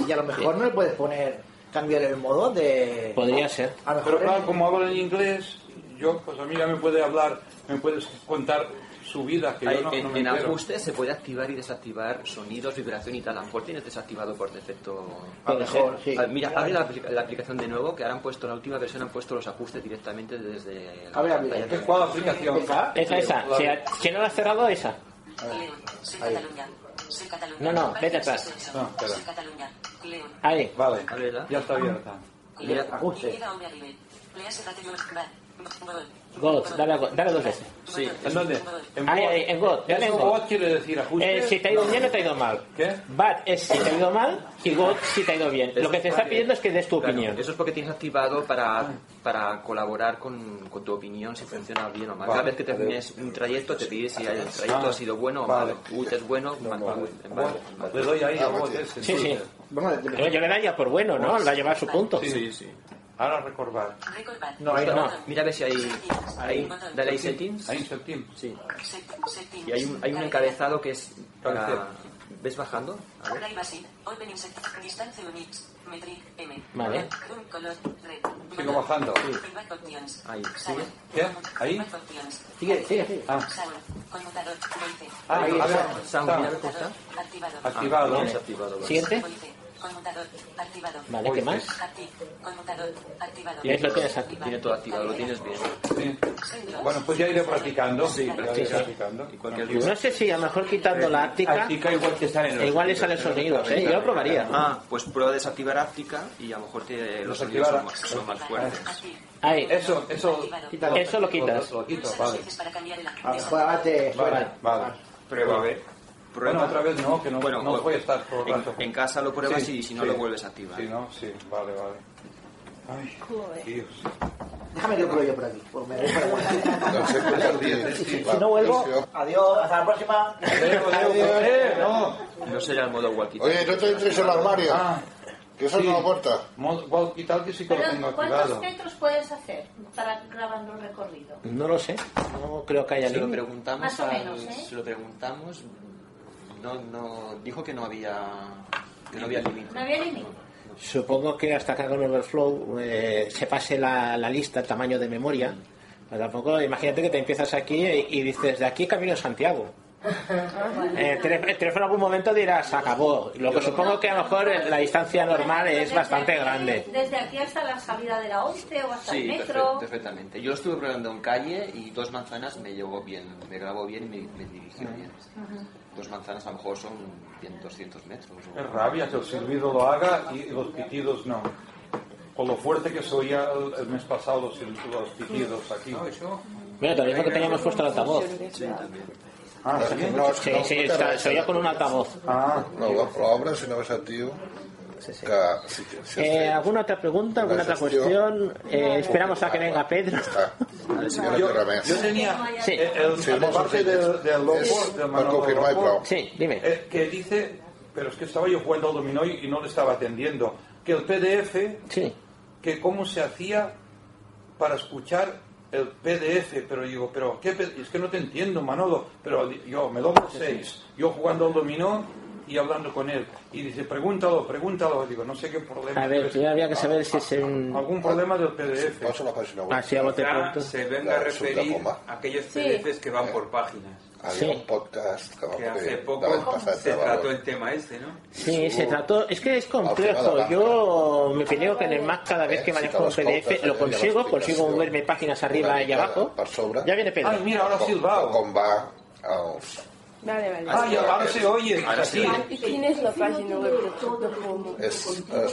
Speaker 7: Y a lo mejor no le puedes poner, cambiar el modo de.
Speaker 4: Podría ser.
Speaker 7: A lo mejor
Speaker 9: Pero claro, como hablo en inglés, yo, pues amiga, me puede hablar, me puedes contar su vida, que
Speaker 15: Hay-
Speaker 9: yo no,
Speaker 15: en
Speaker 9: no me
Speaker 15: en
Speaker 9: entero.
Speaker 15: ajustes se puede activar y desactivar sonidos, vibración y tal. A lo mejor tienes desactivado por defecto.
Speaker 7: A lo mejor, sí.
Speaker 15: Ah, Mira, abre la, apli- la aplicación de nuevo, que ahora han puesto, la última versión han puesto los ajustes directamente desde la
Speaker 7: A ver, amiga,
Speaker 15: pantalla.
Speaker 7: ¿qué-
Speaker 15: ¿Cuál aplicación?
Speaker 4: Esa, esa. Si, si no la has cerrado, esa.
Speaker 16: León, soy
Speaker 4: Ahí.
Speaker 16: Cataluña. Soy Cataluña.
Speaker 4: No, no, vete atrás.
Speaker 9: No, espera.
Speaker 16: Soy Cataluña. León.
Speaker 4: Ahí.
Speaker 9: Vale, ya está abierta.
Speaker 16: León.
Speaker 4: ajuste.
Speaker 16: Dirigida a un nivel. Lea su tecnología. Google.
Speaker 4: God, dale, a God, dale dos veces.
Speaker 15: Sí,
Speaker 9: ¿en dónde? En
Speaker 4: Ahí, ahí, en God. Dale en
Speaker 9: Eso
Speaker 4: God.
Speaker 9: God quiere decir ajuste.
Speaker 4: Eh, si te ha ido bien o te ha ido mal.
Speaker 9: ¿Qué?
Speaker 4: Bad es si te ha ido mal y God si te ha ido bien. Lo que te está pidiendo es que des tu opinión.
Speaker 15: Eso es porque tienes activado para, para colaborar con, con tu opinión si funciona bien o mal. Cada
Speaker 9: Vale.
Speaker 15: vez que termines un trayecto te pide si el trayecto
Speaker 9: Ah.
Speaker 15: ha sido bueno o
Speaker 9: Vale.
Speaker 15: malo. Ut es bueno, mal. mal- mal.
Speaker 9: Le doy ahí a God ese.
Speaker 4: Sí, sí.
Speaker 9: entonces.
Speaker 4: Pero yo le daría por bueno, ¿no? La lleva a su punto.
Speaker 9: Sí, sí. Ahora recordar.
Speaker 15: No,
Speaker 4: ahí no.
Speaker 15: Mira a ver si hay. hay dale ahí settings.
Speaker 9: Ahí settings.
Speaker 15: Sí. Y hay un, hay un encabezado que es. para- ¿Ves bajando? A ver.
Speaker 16: Privacy. Open insect. Distance units. Metric. M.
Speaker 15: Vale.
Speaker 16: Room color. Red.
Speaker 9: Sigo bajando.
Speaker 16: Feedback options.
Speaker 15: Ahí.
Speaker 16: Sound.
Speaker 9: ¿Qué? Ahí.
Speaker 16: Feedback options.
Speaker 4: Sigue, sigue, sigue.
Speaker 9: Ah.
Speaker 16: Sound. Conmutador. Voice.
Speaker 9: Ah,
Speaker 15: Ahí
Speaker 9: a ver,
Speaker 15: está. Sound,
Speaker 9: está.
Speaker 15: mira, ¿cómo está?
Speaker 16: Activado.
Speaker 9: Activado.
Speaker 15: Ah, desactivado, vale.
Speaker 4: Siguiente.
Speaker 16: Voice. Conmutador. Activado.
Speaker 4: Vale, ¿qué más?
Speaker 16: Acti- Conmutador. Activado.
Speaker 4: Y ahí lo tienes aquí.
Speaker 15: Tiene todo activado, lo tienes bien.
Speaker 9: Sí. Bueno, pues ya iré practicando. Sí, ya
Speaker 4: sí,
Speaker 9: iré
Speaker 4: sí.
Speaker 9: practicando. Y cualquier
Speaker 4: No sé si a lo mejor quitando la áptica
Speaker 9: Eh, igual te salen los
Speaker 4: igual le salen sonidos, ¿eh? Yo lo probaría.
Speaker 15: Ah, pues prueba a desactivar áptica y a lo mejor te, los sonidos son más, son más fuertes.
Speaker 4: Ahí.
Speaker 9: Eso, eso.
Speaker 4: Eso lo quitas.
Speaker 9: Lo quito, vale.
Speaker 7: A lo mejor abate
Speaker 9: Vale,
Speaker 7: fuera.
Speaker 9: vale.
Speaker 15: Prueba a ver.
Speaker 9: Bueno, otra vez no, que no,
Speaker 15: Bueno,
Speaker 9: no
Speaker 15: o-
Speaker 9: voy a estar todo el
Speaker 15: en,
Speaker 9: rato.
Speaker 15: en casa lo pruebas
Speaker 9: Sí,
Speaker 15: y si no
Speaker 9: sí.
Speaker 15: lo vuelves a activar.
Speaker 9: Sí, no, sí, vale, vale. Ay, Dios.
Speaker 7: Déjame que pruebe yo por aquí. Pues me voy para allá.
Speaker 14: Doncs sempre
Speaker 9: pues,
Speaker 14: perdies.
Speaker 7: Si no vuelvo, adiós, hasta la próxima.
Speaker 9: Adeu, adeu, eh, no.
Speaker 15: No será el modo walkie
Speaker 14: Oye, no te entres en el armario.
Speaker 9: Ah,
Speaker 14: Que eso
Speaker 9: sí.
Speaker 14: no lo aporta.
Speaker 9: Mod- walkie talkie sí que lo tengo
Speaker 18: Pero,
Speaker 9: activado.
Speaker 18: ¿cuántos metros puedes hacer para grabando un recorrido?
Speaker 4: No lo sé. No creo que haya
Speaker 15: Se lo
Speaker 4: límite.
Speaker 15: preguntamos,
Speaker 18: Más o
Speaker 15: al-
Speaker 18: menos, ¿eh?
Speaker 15: se lo preguntamos, no, no, dijo que no había, que no había límite.
Speaker 18: No había límite.
Speaker 4: Supongo que hasta que haga un overflow eh, se pase la, la lista, el tamaño de memoria. Pero tampoco, imagínate que te empiezas aquí y, y dices, de aquí camino a Santiago. Eh, el teléfono el teléfono en algún momento dirás, acabó. Lo que supongo que a lo mejor la distancia normal es
Speaker 18: Desde
Speaker 4: bastante
Speaker 18: aquí-
Speaker 4: grande.
Speaker 18: Desde aquí hasta la salida de la 11 o hasta el
Speaker 15: Sí, perfe-
Speaker 18: metro.
Speaker 15: perfectamente. Yo lo estuve probando en calle y dos manzanas me llegó bien, me grabó bien y me, me dirigió bien. Dos manzanas a lo mejor son 100, 200 metros. o-
Speaker 9: Es rabia que el silbido lo haga y los pitidos no. Con lo fuerte que se oía el, el mes pasado los, sil- los pitidos aquí.
Speaker 4: Bueno, también porque teníamos puesto el altavoz.
Speaker 9: Ah, ¿sí?
Speaker 14: No, és
Speaker 4: Sí,
Speaker 14: que no
Speaker 4: sí,
Speaker 14: escolta
Speaker 4: está-
Speaker 14: res.
Speaker 4: se oía con un altavoz.
Speaker 9: Ah,
Speaker 14: No, la prova, si no ho sentiu, que si, si has
Speaker 4: Eh,
Speaker 14: fet-
Speaker 4: ¿Alguna otra pregunta? ¿Alguna otra cuestión? Eh, esperamos a que venga Pedro.
Speaker 14: Ah, no
Speaker 9: yo,
Speaker 14: té res més.
Speaker 9: yo tenía
Speaker 4: Sí.
Speaker 9: eh, el,
Speaker 14: Sí,
Speaker 9: la
Speaker 14: vamos a
Speaker 9: parte
Speaker 14: hacer-
Speaker 9: del, del lobo,
Speaker 14: es
Speaker 9: del
Speaker 14: para
Speaker 9: Manolo
Speaker 14: confirmar y
Speaker 9: Lobo,
Speaker 14: prou.
Speaker 4: Sí, dime.
Speaker 9: eh, que dice, pero es que estaba yo jugando al dominó y y no le estaba atendiendo, que el PDF
Speaker 4: Sí.
Speaker 9: que cómo se hacía para escuchar el PDF, pero digo, pero qué pe- es que no te entiendo, Manolo, pero di- yo me doy seis, yo jugando al dominó y hablando con él, y dice, pregúntalo, pregúntalo, digo, no sé qué problema.
Speaker 4: A ver, primero había que saber si es un...
Speaker 9: Algún problema del PDF.
Speaker 14: Posa la pàgina web.
Speaker 4: Así Ah, a bote
Speaker 10: Ya
Speaker 4: pronto.
Speaker 10: se venga a
Speaker 14: Claro, es una
Speaker 10: referir
Speaker 14: bomba.
Speaker 10: a aquellos
Speaker 6: Sí.
Speaker 10: PDFs que van por páginas.
Speaker 14: Había
Speaker 4: Sí.
Speaker 14: un podcast que va
Speaker 10: Que hace
Speaker 14: fer l'any
Speaker 10: poco
Speaker 14: passat.
Speaker 10: se
Speaker 14: de
Speaker 10: trató
Speaker 14: valor.
Speaker 10: el tema este, ¿no?
Speaker 4: Sí, se trató. Es que es
Speaker 14: Al final
Speaker 4: complejo.
Speaker 14: la
Speaker 4: Yo me peleo que en el Mac cada vez que
Speaker 14: Eh, si
Speaker 4: manejo un
Speaker 14: te las
Speaker 4: PDF
Speaker 14: compras, eh,
Speaker 4: lo consigo,
Speaker 14: la
Speaker 4: consigo
Speaker 14: explicación.
Speaker 4: moverme páginas
Speaker 14: Una
Speaker 4: arriba y
Speaker 14: mica
Speaker 4: abajo.
Speaker 14: Per sobre.
Speaker 4: Ya viene Pedro.
Speaker 9: Ay, mira, ahora
Speaker 14: Com,
Speaker 9: silbao.
Speaker 14: com va els...
Speaker 6: Vale, vale.
Speaker 14: Ah,
Speaker 9: Ay, ahora se oye.
Speaker 12: Ah,
Speaker 15: Ahora
Speaker 9: sí.
Speaker 15: sí.
Speaker 6: ¿Y quién es la página web de Chocoplomo?
Speaker 14: És eh,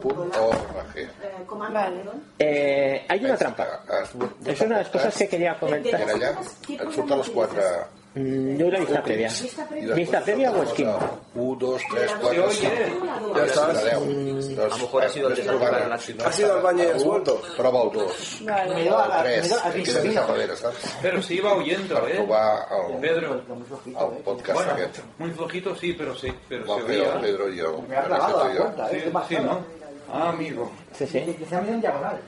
Speaker 14: subdepoma.org.
Speaker 13: Eh, comando,
Speaker 6: Vale.
Speaker 13: perdón.
Speaker 4: Eh, hay una trampa. Es una de las cosas que quería
Speaker 14: I
Speaker 4: comentar.
Speaker 14: allà et surten les quatre...
Speaker 4: Mm, Yo la lista previa.
Speaker 13: Lista
Speaker 14: I
Speaker 13: previa.
Speaker 14: després
Speaker 4: Vista
Speaker 14: et
Speaker 4: prèvia
Speaker 14: surten
Speaker 4: o esquim?
Speaker 14: les, eh, Un, dos, tres, quatre,
Speaker 9: Sí,
Speaker 14: cinc.
Speaker 9: oye.
Speaker 14: Ja està. La deu.
Speaker 15: A lo mejor ha sido el desactivar la-
Speaker 14: Ha sido el baño i has vuelto. Prova el dos.
Speaker 7: Me
Speaker 6: Vale.
Speaker 7: dio a la,
Speaker 14: El
Speaker 7: me
Speaker 14: tres.
Speaker 7: dio a
Speaker 14: I quedes
Speaker 7: Cristina.
Speaker 14: cap darrere, saps?
Speaker 9: Pero sí iba oyendo,
Speaker 14: Per
Speaker 9: ¿eh?
Speaker 14: trobar el,
Speaker 9: Pedro.
Speaker 7: Muy flojito,
Speaker 14: el
Speaker 7: eh.
Speaker 14: podcast
Speaker 9: Bueno,
Speaker 14: aquest.
Speaker 9: muy flojito sí, pero sí, pero
Speaker 14: Vam
Speaker 9: se
Speaker 14: fer el
Speaker 9: oía.
Speaker 14: Pedro i jo.
Speaker 7: Me ha grabado la cuenta,
Speaker 9: Sí,
Speaker 7: eh. Qué
Speaker 9: sí,
Speaker 7: pasada.
Speaker 9: ¿no? Ah, amigo.
Speaker 4: Sí,
Speaker 7: Y
Speaker 4: sí.
Speaker 7: que se ha ido en diagonal.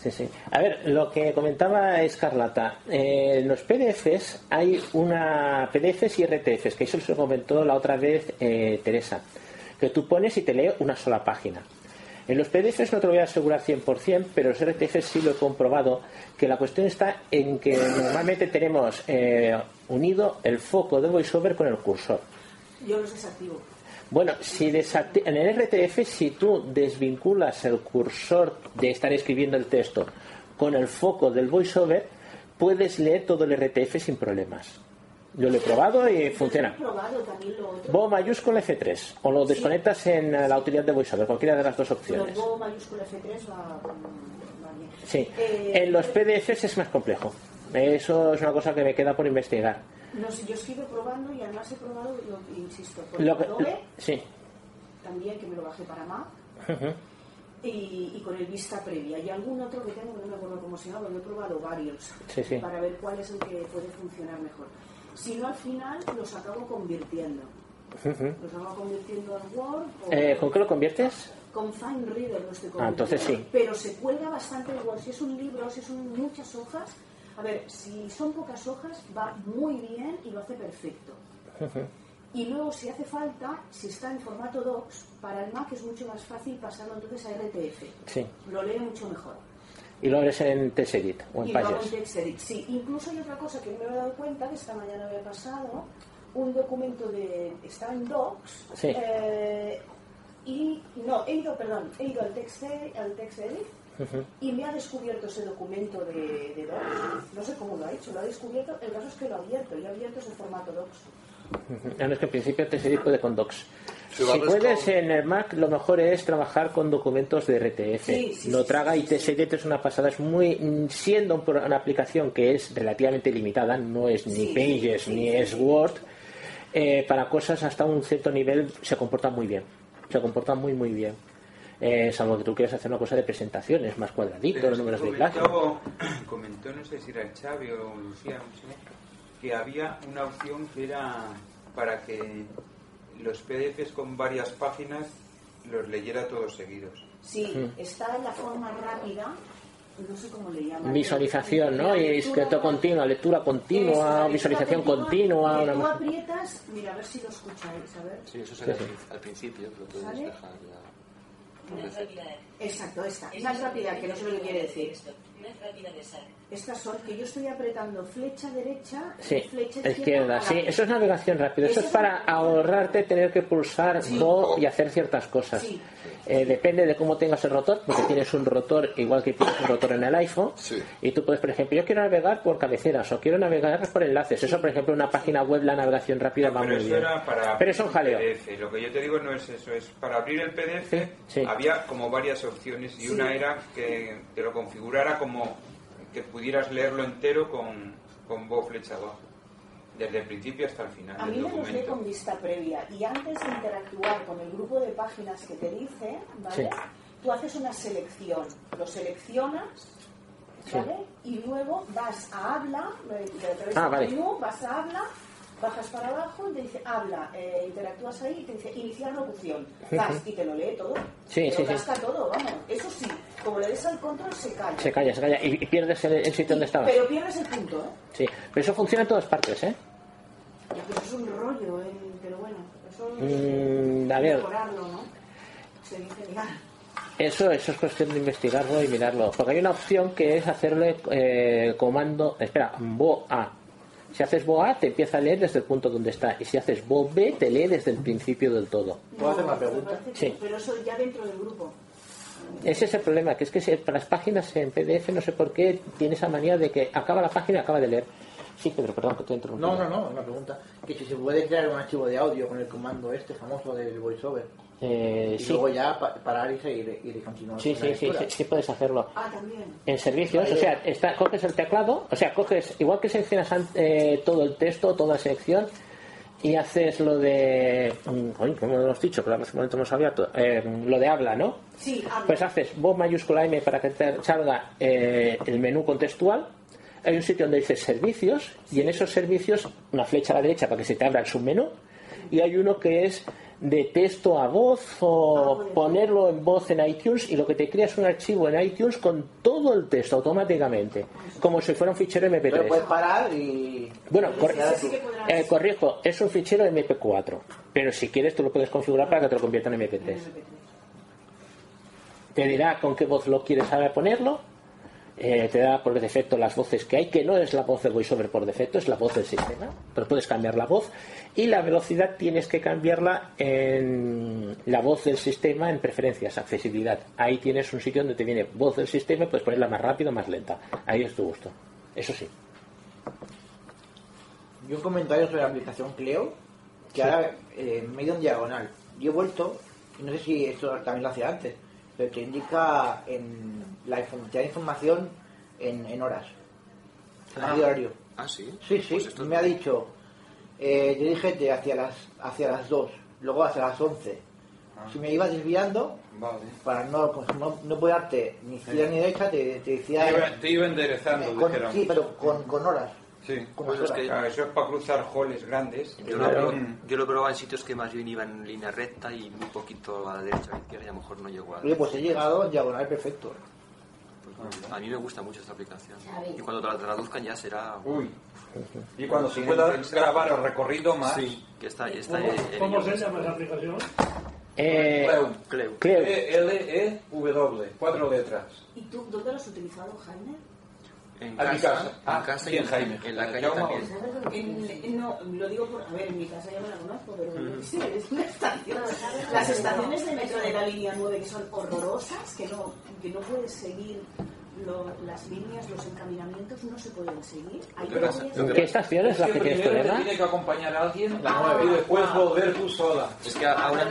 Speaker 4: Sí, sí. A ver, lo que comentaba Escarlata, eh, en los PDFs hay una PDFs y RTFs, que eso se lo comentó la otra vez eh, Teresa, que tú pones y te lee una sola página. En los PDFs no te lo voy a asegurar 100%, pero los RTFs sí lo he comprobado, que la cuestión está en que normalmente tenemos eh, unido el foco de VoiceOver con el cursor.
Speaker 13: Yo los desactivo.
Speaker 4: Bueno, si desacti- en el RTF, si tú desvinculas el cursor de estar escribiendo el texto con el foco del voiceover, puedes leer todo el RTF sin problemas. Yo lo he probado y funciona.
Speaker 13: He probado también lo otro.
Speaker 4: Bo mayúscula F3 o lo desconectas en eh, la utilidad de voiceover, cualquiera de las dos
Speaker 13: Pero
Speaker 4: opciones.
Speaker 13: Bo mayúscula F3 va, va bien.
Speaker 4: Sí,
Speaker 13: Eh,
Speaker 4: en los PDFs es más complejo. Eso es una cosa que me queda por investigar.
Speaker 13: No sé, yo sigo probando y además he probado, lo, insisto, con
Speaker 4: Lo que-
Speaker 13: Adobe,
Speaker 4: sí.
Speaker 13: también que me lo bajé para Mac, y, y con el Vista Previa. Y algún otro que tengo, que no me acuerdo cómo se llama, lo he probado varios
Speaker 4: Sí, sí.
Speaker 13: para ver cuál es el que puede funcionar mejor. Si no, al final los acabo convirtiendo. Los acabo convirtiendo en Word o
Speaker 4: Eh, ¿Con qué lo conviertes?
Speaker 13: con Fine Reader, no estoy convirtiendo.
Speaker 4: Ah, entonces sí.
Speaker 13: Pero se cuelga bastante el Word. Si es un libro, si son muchas hojas, a ver, si son pocas hojas, va muy bien y lo hace perfecto. Y luego, si hace falta, si está en formato docs, para el Mac es mucho más fácil pasarlo entonces a RTF.
Speaker 4: Sí.
Speaker 13: Lo lee mucho mejor.
Speaker 4: Y lo eres en TextEdit o en
Speaker 13: y lo hago en
Speaker 4: Pages.
Speaker 13: TextEdit. Sí, incluso hay otra cosa que me he dado cuenta que esta mañana había pasado. Un documento de. Estaba en docs.
Speaker 4: Sí.
Speaker 13: eh, y. No, he ido, perdón, he ido al TextEdit, al TextEdit y me ha descubierto ese documento de, de docs. No sé cómo lo ha hecho, lo ha descubierto. El caso es que lo ha abierto y lo ha abierto ese formato docs.
Speaker 4: Ah, No, es que en principio este TextEdit puede con docs.
Speaker 13: Si
Speaker 4: Si,
Speaker 13: lo abres
Speaker 4: puedes en el Mac, lo mejor es trabajar con documentos de RTF.
Speaker 13: Sí, sí,
Speaker 4: lo
Speaker 13: sí,
Speaker 4: traga y TextEdit es una pasada. Es muy mm, siendo un pro- una aplicación que es relativamente limitada, no es ni
Speaker 13: Sí,
Speaker 4: Pages ni es Word. eh, para cosas hasta un cierto nivel se comporta muy bien. Se comporta muy muy bien. Eh, salvo que tú quieras hacer una cosa de presentaciones, más
Speaker 10: Pero
Speaker 4: cuadraditos,
Speaker 10: se
Speaker 4: números de clase.
Speaker 10: comentó, comentó, no sé si era el Xavi o Lucía, no sé, que había una opción que era para que los PDFs con varias páginas los leyera todos seguidos.
Speaker 13: Sí,
Speaker 4: Hmm.
Speaker 10: Mm.
Speaker 13: está en la forma rápida, no sé cómo le llaman.
Speaker 4: Visualización, ¿no?
Speaker 13: La
Speaker 4: Y
Speaker 13: lectura-
Speaker 4: escrito continua, lectura
Speaker 13: Eso, la
Speaker 4: continua,
Speaker 13: lectura
Speaker 4: visualización continua.
Speaker 13: que
Speaker 4: una
Speaker 13: Tú
Speaker 4: más-
Speaker 13: aprietas, mira, a ver si lo escucháis, a ver.
Speaker 15: Sí, eso
Speaker 4: sale
Speaker 15: al
Speaker 4: Sí,
Speaker 15: prin- al principio, lo puedes
Speaker 13: ¿Sale?
Speaker 15: dejar ya.
Speaker 13: Exacto, esta. Es más rápida, que no sé lo que quiere decir. Estas son que yo estoy apretando flecha derecha y
Speaker 4: Sí,
Speaker 13: flecha
Speaker 4: izquierda, sí,
Speaker 13: abajo.
Speaker 4: eso es navegación rápida, eso es para ahorrarte tener que pulsar Go y hacer ciertas cosas.
Speaker 13: Sí.
Speaker 4: Eh, depende de cómo tengas el rotor, porque tienes un rotor igual que tienes un rotor en el iPhone, y tú puedes, por ejemplo, yo quiero navegar por cabeceras o quiero navegar por enlaces. Eso, por ejemplo, en una página web la navegación rápida va
Speaker 10: Pero
Speaker 4: muy
Speaker 10: eso
Speaker 4: bien.
Speaker 10: era para Eh,
Speaker 4: Pero es un
Speaker 10: abrir
Speaker 4: jaleo.
Speaker 10: el PDF. Lo que yo te digo no es eso, es para abrir el PDF
Speaker 4: sí.
Speaker 10: había como varias opciones y
Speaker 4: Sí.
Speaker 10: una era que te lo configurara como que pudieras leerlo entero con, con voz flecha abajo, desde el principio hasta el final
Speaker 13: A mí me
Speaker 10: del
Speaker 13: los lee
Speaker 10: documento.
Speaker 13: con vista previa y antes de interactuar con el grupo de páginas que te dice, ¿vale?
Speaker 10: Sí.
Speaker 13: Tú haces una selección, lo seleccionas,
Speaker 4: Sí.
Speaker 13: ¿vale? Y luego vas a habla, eh, a través
Speaker 4: Ah,
Speaker 13: del
Speaker 4: vale.
Speaker 13: menú, vas a habla, bajas para abajo y te dice habla, eh, interactúas ahí y te dice iniciar locución. Vas y te lo lee todo.
Speaker 4: Sí,
Speaker 13: te
Speaker 4: sí,
Speaker 13: lo
Speaker 4: sí.
Speaker 13: casca todo, vamos. Eso sí, como le des al control se calla.
Speaker 4: Se calla, se calla, y, y pierdes el, el sitio donde estabas.
Speaker 13: Pero pierdes el punto, ¿eh?
Speaker 4: Sí, pero eso funciona en todas partes, ¿eh?
Speaker 13: Ya, pero eso es un rollo, ¿eh? Pero bueno, eso
Speaker 4: Mm, a ver.
Speaker 13: mejorarlo, ¿no? Se dice, "Ah, mira.
Speaker 4: Eso, eso es cuestión de investigarlo y mirarlo. Porque hay una opción que es hacerle eh, comando. Espera, BOA. Si haces BOA, te empieza a leer desde el punto donde está. Y si haces BOB, te lee desde el principio del todo.
Speaker 7: ¿Puedo hacer una pregunta?
Speaker 4: Sí.
Speaker 13: Pero eso ya dentro del grupo.
Speaker 4: Ese es el problema, que es que se- para las páginas en PDF, no sé por qué, tiene esa manía de que acaba la página y acaba de leer. Sí, Pedro, perdón que te interrumpí.
Speaker 7: No, no, no, una pregunta. Que si se puede crear un archivo de audio con el comando este famoso del voiceover.
Speaker 4: Eh,
Speaker 7: y
Speaker 4: sí.
Speaker 7: luego ya pa- parar y seguir y continuar.
Speaker 4: Sí,
Speaker 7: con
Speaker 4: sí,
Speaker 7: la
Speaker 4: sí, sí,
Speaker 7: lectura.
Speaker 4: sí puedes hacerlo.
Speaker 13: Ah, también.
Speaker 4: En servicios, o sea, está, coges el teclado, o sea, coges, igual que seleccionas an- eh, todo el texto, toda la sección, y haces lo de. mm, Uy, ¿Cómo lo has dicho? Claro, hace un momento hemos abierto. Eh, lo de habla, ¿no?
Speaker 13: Sí, habla.
Speaker 4: Pues haces voz mayúscula M para que te salga eh, el menú contextual. Hay un sitio donde dice servicios, y en esos servicios una flecha a la derecha para que se te abra el submenú, y hay uno que es de texto a voz o ponerlo en voz en iTunes y lo que te crea es un archivo en iTunes con todo el texto automáticamente, como si fuera un fichero MP3.
Speaker 7: Pero puedes parar y.
Speaker 4: Bueno,
Speaker 7: y
Speaker 4: cor-
Speaker 7: crear tu-
Speaker 4: eh, corrijo, es un fichero MP4, pero si quieres tú lo puedes configurar para que te lo convierta en MP3. te dirá con qué voz lo quieres ahora ponerlo. Eh, te da por defecto las voces que hay, que no es la voz de VoiceOver por defecto, es la voz del sistema, pero puedes cambiar la voz. Y la velocidad tienes que cambiarla en la voz del sistema en preferencias, accesibilidad. Ahí tienes un sitio donde te viene voz del sistema, puedes ponerla más rápido, más lenta. Ahí es tu gusto. Eso sí.
Speaker 7: Y un comentario sobre la aplicación Cleo,
Speaker 4: Sí.
Speaker 7: que ahora eh, medio en diagonal. Yo he vuelto, y no sé si esto también lo hacía antes, pero te indica en la, inf- te da información en, en horas, a
Speaker 15: Ah.
Speaker 7: diario.
Speaker 15: Ah, sí.
Speaker 7: Sí, sí, me ha dicho, eh, yo dije que hacia las, hacia las 2, luego hacia las 11. Si me iba desviando, para no, pues, no, no puedo darte ni izquierda ni derecha, te, te decía...
Speaker 9: Te iba, te iba enderezando,
Speaker 7: con-
Speaker 9: dijéramos.
Speaker 7: sí, pero con, con horas.
Speaker 9: Sí.
Speaker 7: Bueno, es que-
Speaker 10: Ah, eso es para cruzar holes grandes.
Speaker 15: Yo lo,
Speaker 10: Claro.
Speaker 15: prob- yo lo probaba en sitios que más bien iban en línea recta y muy poquito a la derecha o a la izquierda y a lo mejor no llegó a...
Speaker 7: Oye, pues he llegado en diagonal perfecto.
Speaker 15: A mí me gusta mucho esta aplicación.
Speaker 7: Xavi.
Speaker 15: Y cuando te la traduzcan ya será...
Speaker 9: Uy. Y cuando se pueda grabar el recorrido más.
Speaker 15: Sí, que está, está
Speaker 9: ¿Cómo-
Speaker 15: en- en
Speaker 9: cómo
Speaker 15: ello.
Speaker 9: se
Speaker 11: llama esa aplicación?
Speaker 4: Eh,
Speaker 15: Cleu.
Speaker 4: Cleo.
Speaker 9: E E-L-E-W, cuatro letras.
Speaker 13: ¿Y tú dónde lo has utilizado, Jaime?
Speaker 15: En
Speaker 9: A mi casa.
Speaker 15: En casa y
Speaker 9: bien,
Speaker 15: en,
Speaker 9: Jaime.
Speaker 15: en la calle
Speaker 9: Jaume.
Speaker 15: también.
Speaker 13: En- en- no, lo digo por. A ver, en mi casa yo no la conozco, pero yo
Speaker 15: Ujú.
Speaker 13: qué sé, es una estación.
Speaker 18: No, ¿sabes?
Speaker 13: Las estaciones de metro de la línea 9 que son horrorosas, que no, que no puedes seguir lo- las líneas, los encaminamientos, no se pueden seguir. Ahí no puedes-
Speaker 4: ¿Qué estación es la que tienes
Speaker 9: primero te
Speaker 4: problemas?
Speaker 9: Tiene que acompañar a alguien
Speaker 4: La nueve.
Speaker 9: y después volver tú sola.
Speaker 15: Es que ahora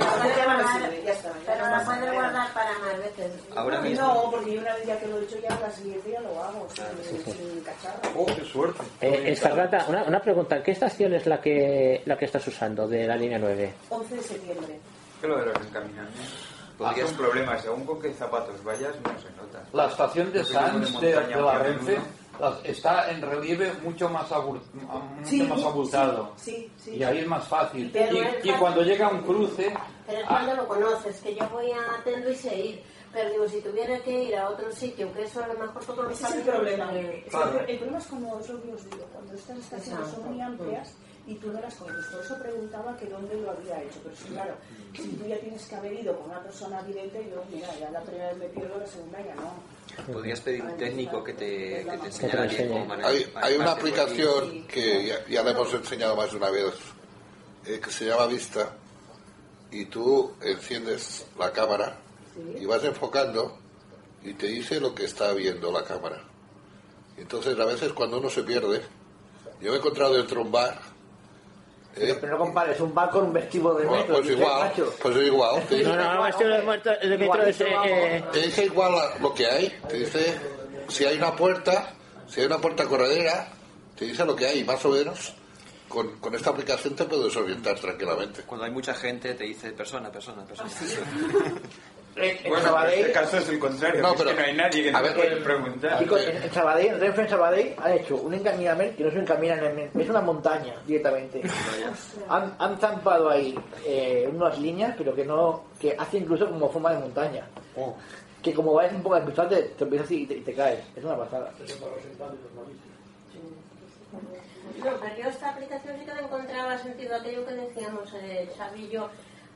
Speaker 18: Pero la puedes guardar para más veces.
Speaker 15: Ahora mismo.
Speaker 13: No, porque yo una vez ya que lo he hecho, ya a la siguiente ya lo hago. sin,
Speaker 4: sí.
Speaker 13: sin cacharro.
Speaker 9: Oh, qué suerte.
Speaker 4: Eh, Escarlata, una, una pregunta. ¿Qué estación es la que, la que estás usando de la línea 9?
Speaker 13: 11 de septiembre.
Speaker 10: Que lo de los encaminamientos. Porque
Speaker 15: Ah,
Speaker 10: es un problema, según con qué zapatos vayas, no se nota.
Speaker 17: La estación de
Speaker 10: Yo soy hombre
Speaker 17: Sanz de,
Speaker 10: montaña,
Speaker 17: de la
Speaker 10: muy a
Speaker 17: Renfe
Speaker 10: menudo.
Speaker 17: las- está en relieve mucho más, abur- a- mucho
Speaker 13: Sí,
Speaker 17: más abultado.
Speaker 13: sí, sí, sí.
Speaker 17: Y ahí es más fácil.
Speaker 18: Pero
Speaker 17: Y-
Speaker 18: es
Speaker 17: y
Speaker 18: fácil.
Speaker 17: cuando llega un cruce,
Speaker 18: Pero es cuando lo conoces, que yo voy a Tenerife e ir. Pero digo, si tuviera que ir a otro sitio, que eso a lo mejor todos los
Speaker 13: Ese es el
Speaker 18: caminos-
Speaker 13: problema. Es
Speaker 18: Claro.
Speaker 13: que El problema es como es lo que os digo, cuando estas estaciones son muy amplias y tú no las conoces. Por eso preguntaba que dónde lo había hecho. Pero sí, claro, si tú ya tienes que haber ido con una persona vidente, yo, mira, ya la primera vez me pierdo, la segunda ya no.
Speaker 15: Podrías pedir un técnico que te, que te
Speaker 14: Que
Speaker 15: enseñara
Speaker 14: te
Speaker 15: bien
Speaker 14: enseñe.
Speaker 15: cómo manejar.
Speaker 14: Hay, hay una aplicación que ya, ya la hemos enseñado más de una vez, eh, que se llama Vista, y tú enciendes la cámara y vas enfocando y te dice lo que está viendo la cámara. Entonces, a veces cuando uno se pierde, yo me he encontrado dentro de un bar,
Speaker 7: Pero, pero no compares un bar con un vestíbulo de
Speaker 14: bueno,
Speaker 7: metro.
Speaker 14: pues
Speaker 7: dices,
Speaker 14: igual,
Speaker 7: macho.
Speaker 14: pues igual, te dice,
Speaker 4: el
Speaker 7: metro es, eh,
Speaker 14: te dice igual a- lo que hay, te dice si hay una puerta, si hay una puerta corredera, te dice lo que hay, más o menos. Con, con esta aplicación te puedes orientar tranquilamente.
Speaker 15: Cuando hay mucha gente te dice persona, persona, persona.
Speaker 10: Bueno, pero en este caso es el contrario.
Speaker 15: No,
Speaker 10: es que
Speaker 15: pero-
Speaker 10: no hay nadie que
Speaker 15: a
Speaker 10: te
Speaker 15: ver,
Speaker 10: pueda preguntar.
Speaker 7: Chicos, en, en Sabadell, en Renfe, en Sabadell, han hecho un encaminamiento que no es un encaminamiento, es una montaña directamente. han, han zampado ahí eh, unas líneas, pero que no, que hace incluso como forma de montaña. Que como vayas un poco a cruzar, te, te empiezas y te, y te caes. Es una pasada.
Speaker 18: No, pero yo esta aplicación sí que le encontraba sentido a aquello que decíamos, eh, Xavi y yo.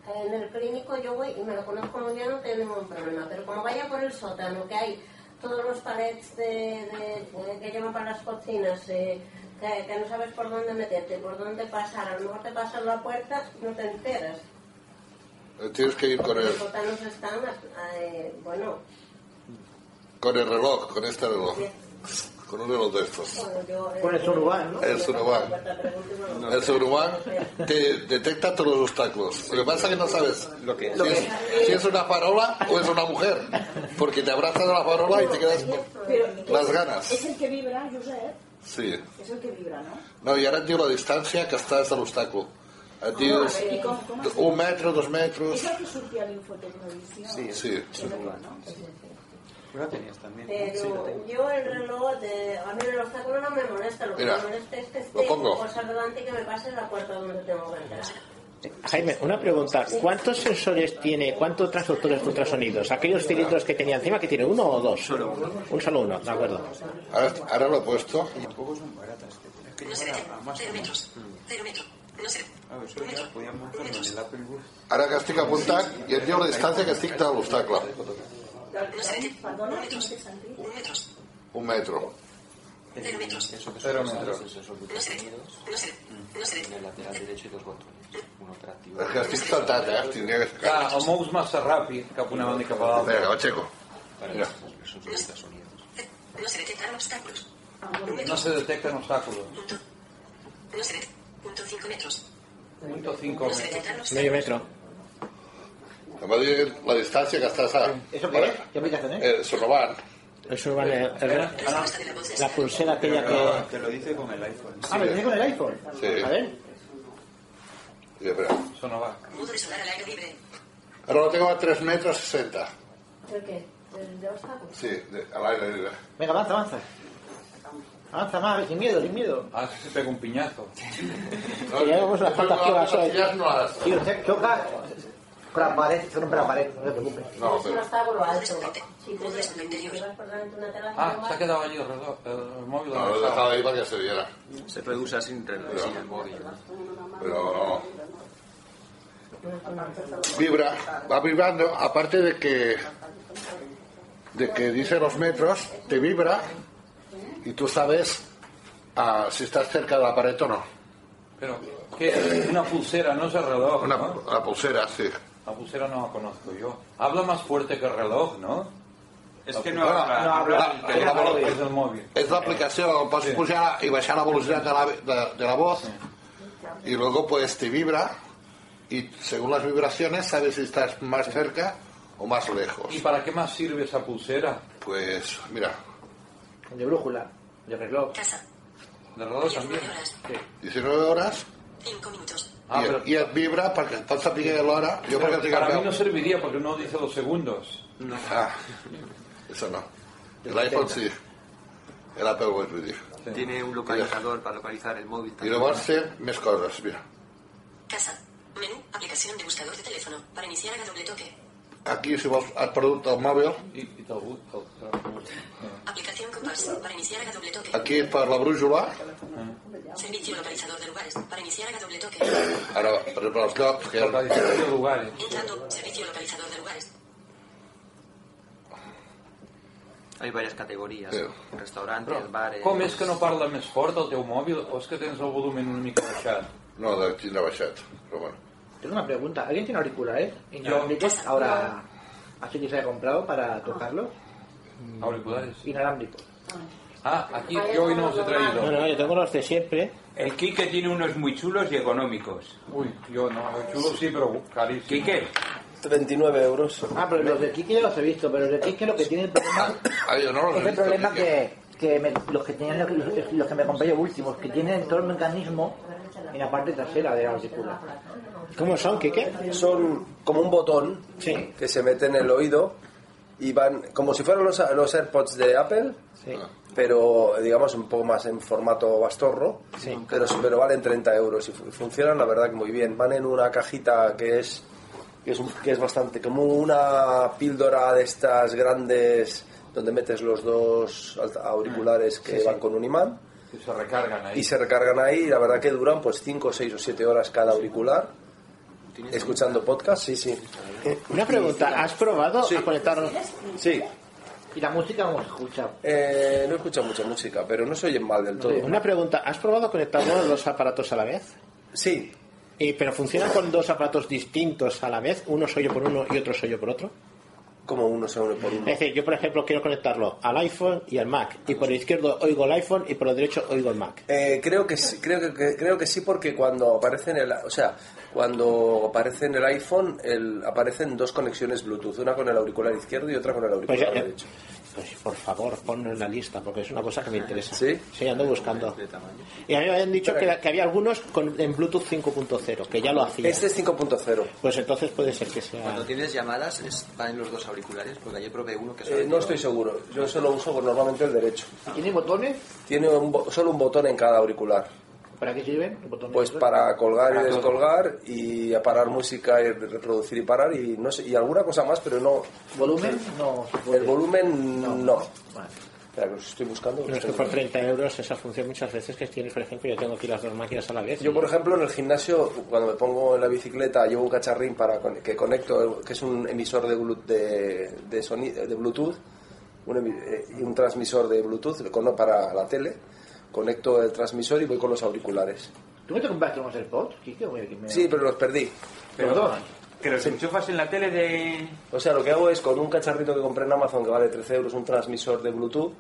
Speaker 18: Eh, En el clínico yo voy y me lo conozco muy bien, no tengo ningún problema. Pero como vaya por el sótano, que hay todos los palets de, de- de- que llevan para las cocinas, eh, que, que no sabes por dónde meterte, por dónde pasar, a lo mejor te pasas la puerta y no te enteras.
Speaker 14: Eh, Tienes que ir con el,
Speaker 18: Los sótanos están, eh, bueno,
Speaker 14: con el reloj, con este reloj. Con un reloj de estos.
Speaker 18: bueno, yo... eh,
Speaker 14: Con el Sunuban, ¿no? El Sunuban. El suburbano te detecta todos los obstáculos. Lo que pasa es que no sabes
Speaker 15: lo que
Speaker 14: es. Si, es, si es una farola o es una mujer. Porque te abrazas a la farola y te quedas...
Speaker 13: Pero,
Speaker 14: Las ganas.
Speaker 13: Es el que vibra, Josep.
Speaker 14: Sí.
Speaker 13: Es el que vibra, ¿no?
Speaker 14: No, i ara et diu la distància que estàs a l'obstacle. Et diu
Speaker 13: I com, com es diu?
Speaker 14: un metro, dos metres...
Speaker 13: És el que sortia a l'infotecnovisión.
Speaker 14: Sí,
Speaker 13: És el que, no?
Speaker 10: Yo la tenías también. Sí,
Speaker 18: Pero
Speaker 10: la tengo.
Speaker 18: yo el reloj, de, a mí el obstáculo no me molesta, lo
Speaker 4: Mira,
Speaker 18: que me molesta es que
Speaker 4: lo
Speaker 18: esté
Speaker 4: pongo.
Speaker 18: por delante y que me pase la puerta donde tengo que entrar.
Speaker 4: Jaime, una pregunta. ¿Cuántos sensores tiene, cuántos transductores de ultrasonidos? Aquellos cilindros que tenía encima, que tiene uno o dos? Solo uno. Un solo uno, de acuerdo.
Speaker 14: Ahora, lo he puesto.
Speaker 10: Tampoco son baratas. Es que
Speaker 16: No se
Speaker 10: llegan
Speaker 16: detén.
Speaker 10: a- a más
Speaker 16: Cero
Speaker 10: o menos.
Speaker 16: metros. Cero metro. No sé.
Speaker 10: Ah, eso ya podíamos hacerlo en el Apple Bus.
Speaker 14: Ara que estic apuntant i et diu la distància que estic de l'obstacle.
Speaker 18: Perdona, no sé, Santi.
Speaker 14: Un metro.
Speaker 15: Cero metros. Eso que son
Speaker 14: Cero
Speaker 15: los
Speaker 14: metros.
Speaker 15: árboles, esos son los sonidos. En el lateral derecho y dos botones. Uno Ah, per activar.
Speaker 14: És que estic tentat, eh? Tindria que...
Speaker 9: Clar, el mous massa ràpid cap una banda i cap a l'altra.
Speaker 14: Vinga, ho aixeco.
Speaker 9: Vinga.
Speaker 16: No se detectaron obstáculos.
Speaker 9: No se detectan obstáculos.
Speaker 16: No se det- Punto 5 metros.
Speaker 9: Punto 5
Speaker 14: metros.
Speaker 4: Medio metro.
Speaker 14: Em va dir la distància que estàs a...
Speaker 4: Em,
Speaker 14: Això què?
Speaker 7: Què aplicació
Speaker 14: Eh, Sorobant.
Speaker 4: Eso vale.
Speaker 14: Era-
Speaker 4: Ah, La pulsera aquella
Speaker 10: Pero
Speaker 4: que.
Speaker 10: Te lo dice con el iPhone.
Speaker 4: Ah, me viene con el iPhone.
Speaker 14: Sí.
Speaker 4: A ver.
Speaker 14: Sí, espera.
Speaker 9: Sonovac.
Speaker 16: Modo de sonar al aire libre.
Speaker 14: Ahora lo tengo a 3 metros 60.
Speaker 18: ¿El qué? ¿El de obstáculos?
Speaker 14: Sí, de, al aire libre.
Speaker 7: Venga, avanza, avanza. Avanza más, sin miedo, sin miedo.
Speaker 9: Ah, se pega un piñazo.
Speaker 7: Que ya vemos unas cuantas pibas hoy. Sí, usted choca con la pared, son para la pared, no te preocupes.
Speaker 14: No,
Speaker 18: Es un obstáculo alto. Si te
Speaker 16: Modo de sonar interior.
Speaker 18: llevas por delante una terraza
Speaker 9: Ah,
Speaker 18: normal,
Speaker 9: se ha quedado allí el, reloj, el móvil.
Speaker 14: No, lo he dejado ahí para que se viera.
Speaker 15: Se puede usar sin, reloj, sin el móvil.
Speaker 14: Pero no. Vibra, va vibrando, aparte de que de que dice los metros, te vibra y tú sabes ah, si estás cerca de la pared o no.
Speaker 9: Pero, ¿qué? Una pulsera, no es el reloj,
Speaker 14: Una,
Speaker 9: ¿no?
Speaker 14: la pulsera, sí.
Speaker 9: La pulsera no la conozco yo. Habla más fuerte que el reloj, ¿no?
Speaker 10: Es que no habla, no habla
Speaker 14: del teléfono.
Speaker 9: es el móvil.
Speaker 14: Es la aplicación, puedes
Speaker 9: Sí.
Speaker 14: pujar y bajar la velocidad de la, de- de la voz y luego pues te vibra y según las vibraciones sabes si estás más cerca o más lejos.
Speaker 9: ¿Y para qué más sirve esa pulsera?
Speaker 14: Pues mira,
Speaker 7: De brújula, de reloj.
Speaker 9: ¿De reloj también?
Speaker 14: 19 horas
Speaker 9: Ah,
Speaker 14: y,
Speaker 9: pero-
Speaker 14: y et vibra perquè et pots saber l'hora. Jo
Speaker 9: Pero
Speaker 14: perquè tinc el
Speaker 9: para mí
Speaker 14: meu...
Speaker 9: no serviría porque no dice los segundos.
Speaker 14: No. Ah, eso no. El iPhone sí. El Apple Watch, vull dir.
Speaker 15: Tiene un localizador para localizar el móvil.
Speaker 14: I llavors té més coses, mira.
Speaker 16: Casa. Menú. Aplicación de buscador de teléfono. Para iniciar haga doble toque.
Speaker 14: Aquí, si vols, has perdut el mòbil. Ah.
Speaker 9: I, i te'l
Speaker 16: Aplicación compás. Para iniciar haga doble toque.
Speaker 14: Aquí, per la brújula,
Speaker 16: Servicio localizador de lugares. Para iniciar haga doble toque.
Speaker 14: ara, per exemple, els llocs que...
Speaker 9: Localització de lugares.
Speaker 16: Entrando. Servicio localizador de lugares.
Speaker 15: Hay varias categorías. Restaurantes, bares...
Speaker 9: Com és que no parla més fort el teu mòbil o és que tens el volum una mica baixat?
Speaker 14: No, de tindre baixat, però bueno.
Speaker 7: Tengo una pregunta. ¿Alguien tiene auriculares?
Speaker 9: Yo.
Speaker 7: ¿Inalámbricos? Ahora, así que se ha comprado para tocarlos.
Speaker 9: Mm. Auriculares.
Speaker 7: Inalámbricos.
Speaker 9: Ah, aquí yo hoy no os he traído.
Speaker 4: No, no, yo tengo los de siempre.
Speaker 10: El Quique tiene unos muy chulos y económicos.
Speaker 9: Uy, yo no, chulos sí, pero carísimos.
Speaker 10: Quique,
Speaker 7: 39 euros. Ah, pero los de Kike ya los he visto, pero los de Kike lo que tiene el problema.
Speaker 14: Ah,
Speaker 7: es el problema que, que me- los que tenían los, los que me compré yo últimos, que tienen todo el mecanismo en la parte trasera de la aurícula.
Speaker 4: ¿Cómo son, Kike?
Speaker 19: Son como un botón que se mete en el oído y van como si fueran los, los AirPods de Apple, pero digamos un poco más en formato bastorro, pero, pero valen 30 euros y fu- funcionan la verdad que muy bien. Van en una cajita que es, que es, un- que es bastante como una píldora de estas grandes donde metes los dos alta- auriculares que van con un imán
Speaker 9: Que se recargan ahí.
Speaker 19: y se recargan ahí y la verdad que duran pues 5, 6 o 7 horas cada auricular escuchando podcast, sí, sí.
Speaker 4: Una pregunta, ¿has probado a conectarlos?
Speaker 19: Sí.
Speaker 7: ¿Y la música cómo se escucha?
Speaker 19: Eh, no escucho mucha música, pero no se oyen mal del todo. ¿eh?
Speaker 4: Una pregunta, ¿has probado a conectar los dos aparatos a la vez?
Speaker 19: Sí.
Speaker 4: ¿Pero funciona con dos aparatos distintos a la vez? ¿Uno soy yo por uno y otro soy yo por otro?
Speaker 19: Como uno se une por uno.
Speaker 4: Es decir, yo por ejemplo quiero conectarlo al iPhone y al Mac. Y por el izquierdo oigo el iPhone y por el derecho oigo el Mac.
Speaker 19: Eh, creo que sí, creo que- que, creo que sí porque cuando aparece en el, o sea, cuando aparece en el iPhone, el, aparecen dos conexiones Bluetooth, una con el auricular izquierdo y otra con el auricular
Speaker 4: Pues ya-
Speaker 19: derecho.
Speaker 4: Pues por favor, ponlo en la lista porque es una cosa que me interesa.
Speaker 19: ¿Sí?
Speaker 4: Sí, ando buscando. Y a mí me habían dicho que, que había algunos con, en Bluetooth 5.0, que ya lo hacía.
Speaker 19: Este es 5.0.
Speaker 4: Pues entonces puede ser que sea...
Speaker 15: Cuando tienes llamadas, es- van en los dos auriculares, porque ayer probé uno que
Speaker 19: Eh, no estoy seguro. Yo solo uso por- normalmente el derecho.
Speaker 7: ¿Tiene botones?
Speaker 19: Tiene un bo- solo un botón en cada auricular.
Speaker 7: ¿Para qué sirven? los botones?
Speaker 19: Pues para colgar
Speaker 7: Para
Speaker 19: y
Speaker 7: todo.
Speaker 19: descolgar y a parar música y reproducir y parar y no sé, y alguna cosa más, pero no.
Speaker 7: ¿Volumen? No.
Speaker 19: El volumen no. Espera, que los estoy buscando.
Speaker 4: Pero es que por 30 euros esa función muchas veces que tienes, por ejemplo, yo tengo aquí las dos máquinas a la vez.
Speaker 19: Yo, por ejemplo, en el gimnasio, cuando me pongo en la bicicleta, llevo un cacharrín para con- que conecto, que es un emisor de, blu- de, de, soni- de Bluetooth un, emi- eh, y un transmisor de Bluetooth con- para la tele. Conecto el transmisor y voy con los auriculares.
Speaker 7: ¿Tú me te compraste unos AirPods? Quique? Oye, que me-
Speaker 19: Sí, pero los perdí.
Speaker 7: Perdón.
Speaker 19: Que los enchufas en la tele de... O sea, lo que hago es con un cacharrito que compré en Amazon que vale 13 euros, un transmisor de Bluetooth,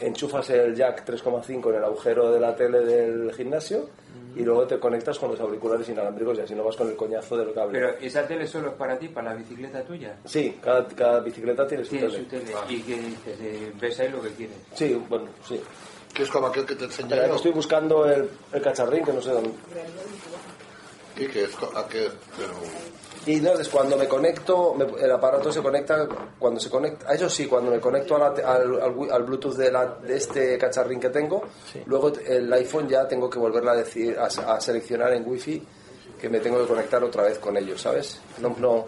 Speaker 19: enchufas el jack 3,5 en el agujero de la tele del gimnasio y luego te conectas con los auriculares inalámbricos y así no vas con el coñazo del cable.
Speaker 10: Pero esa tele solo es para ti, para la bicicleta tuya.
Speaker 19: Sí, cada, cada bicicleta tiene su
Speaker 10: Tiene
Speaker 19: tele.
Speaker 10: su tele. Y que dices, eh, ves ahí lo que quieres.
Speaker 19: Sí, bueno, sí.
Speaker 14: Que es como aquel que te enseñé
Speaker 19: Espera,
Speaker 14: yo.
Speaker 19: Estoy buscando el, el cacharrín que no sé dónde...
Speaker 14: Y que es co- aquel... Pero...
Speaker 19: Y entonces cuando me conecto, me- el aparato se conecta, cuando se conecta, eso sí, cuando me conecto a la te- al, al wi- al Bluetooth de, la- de este cacharrín que tengo, luego t- el iPhone ya tengo que volverla a, decir, a, se- a seleccionar en Wi-Fi que me tengo que conectar otra vez con ellos, ¿sabes? No, no.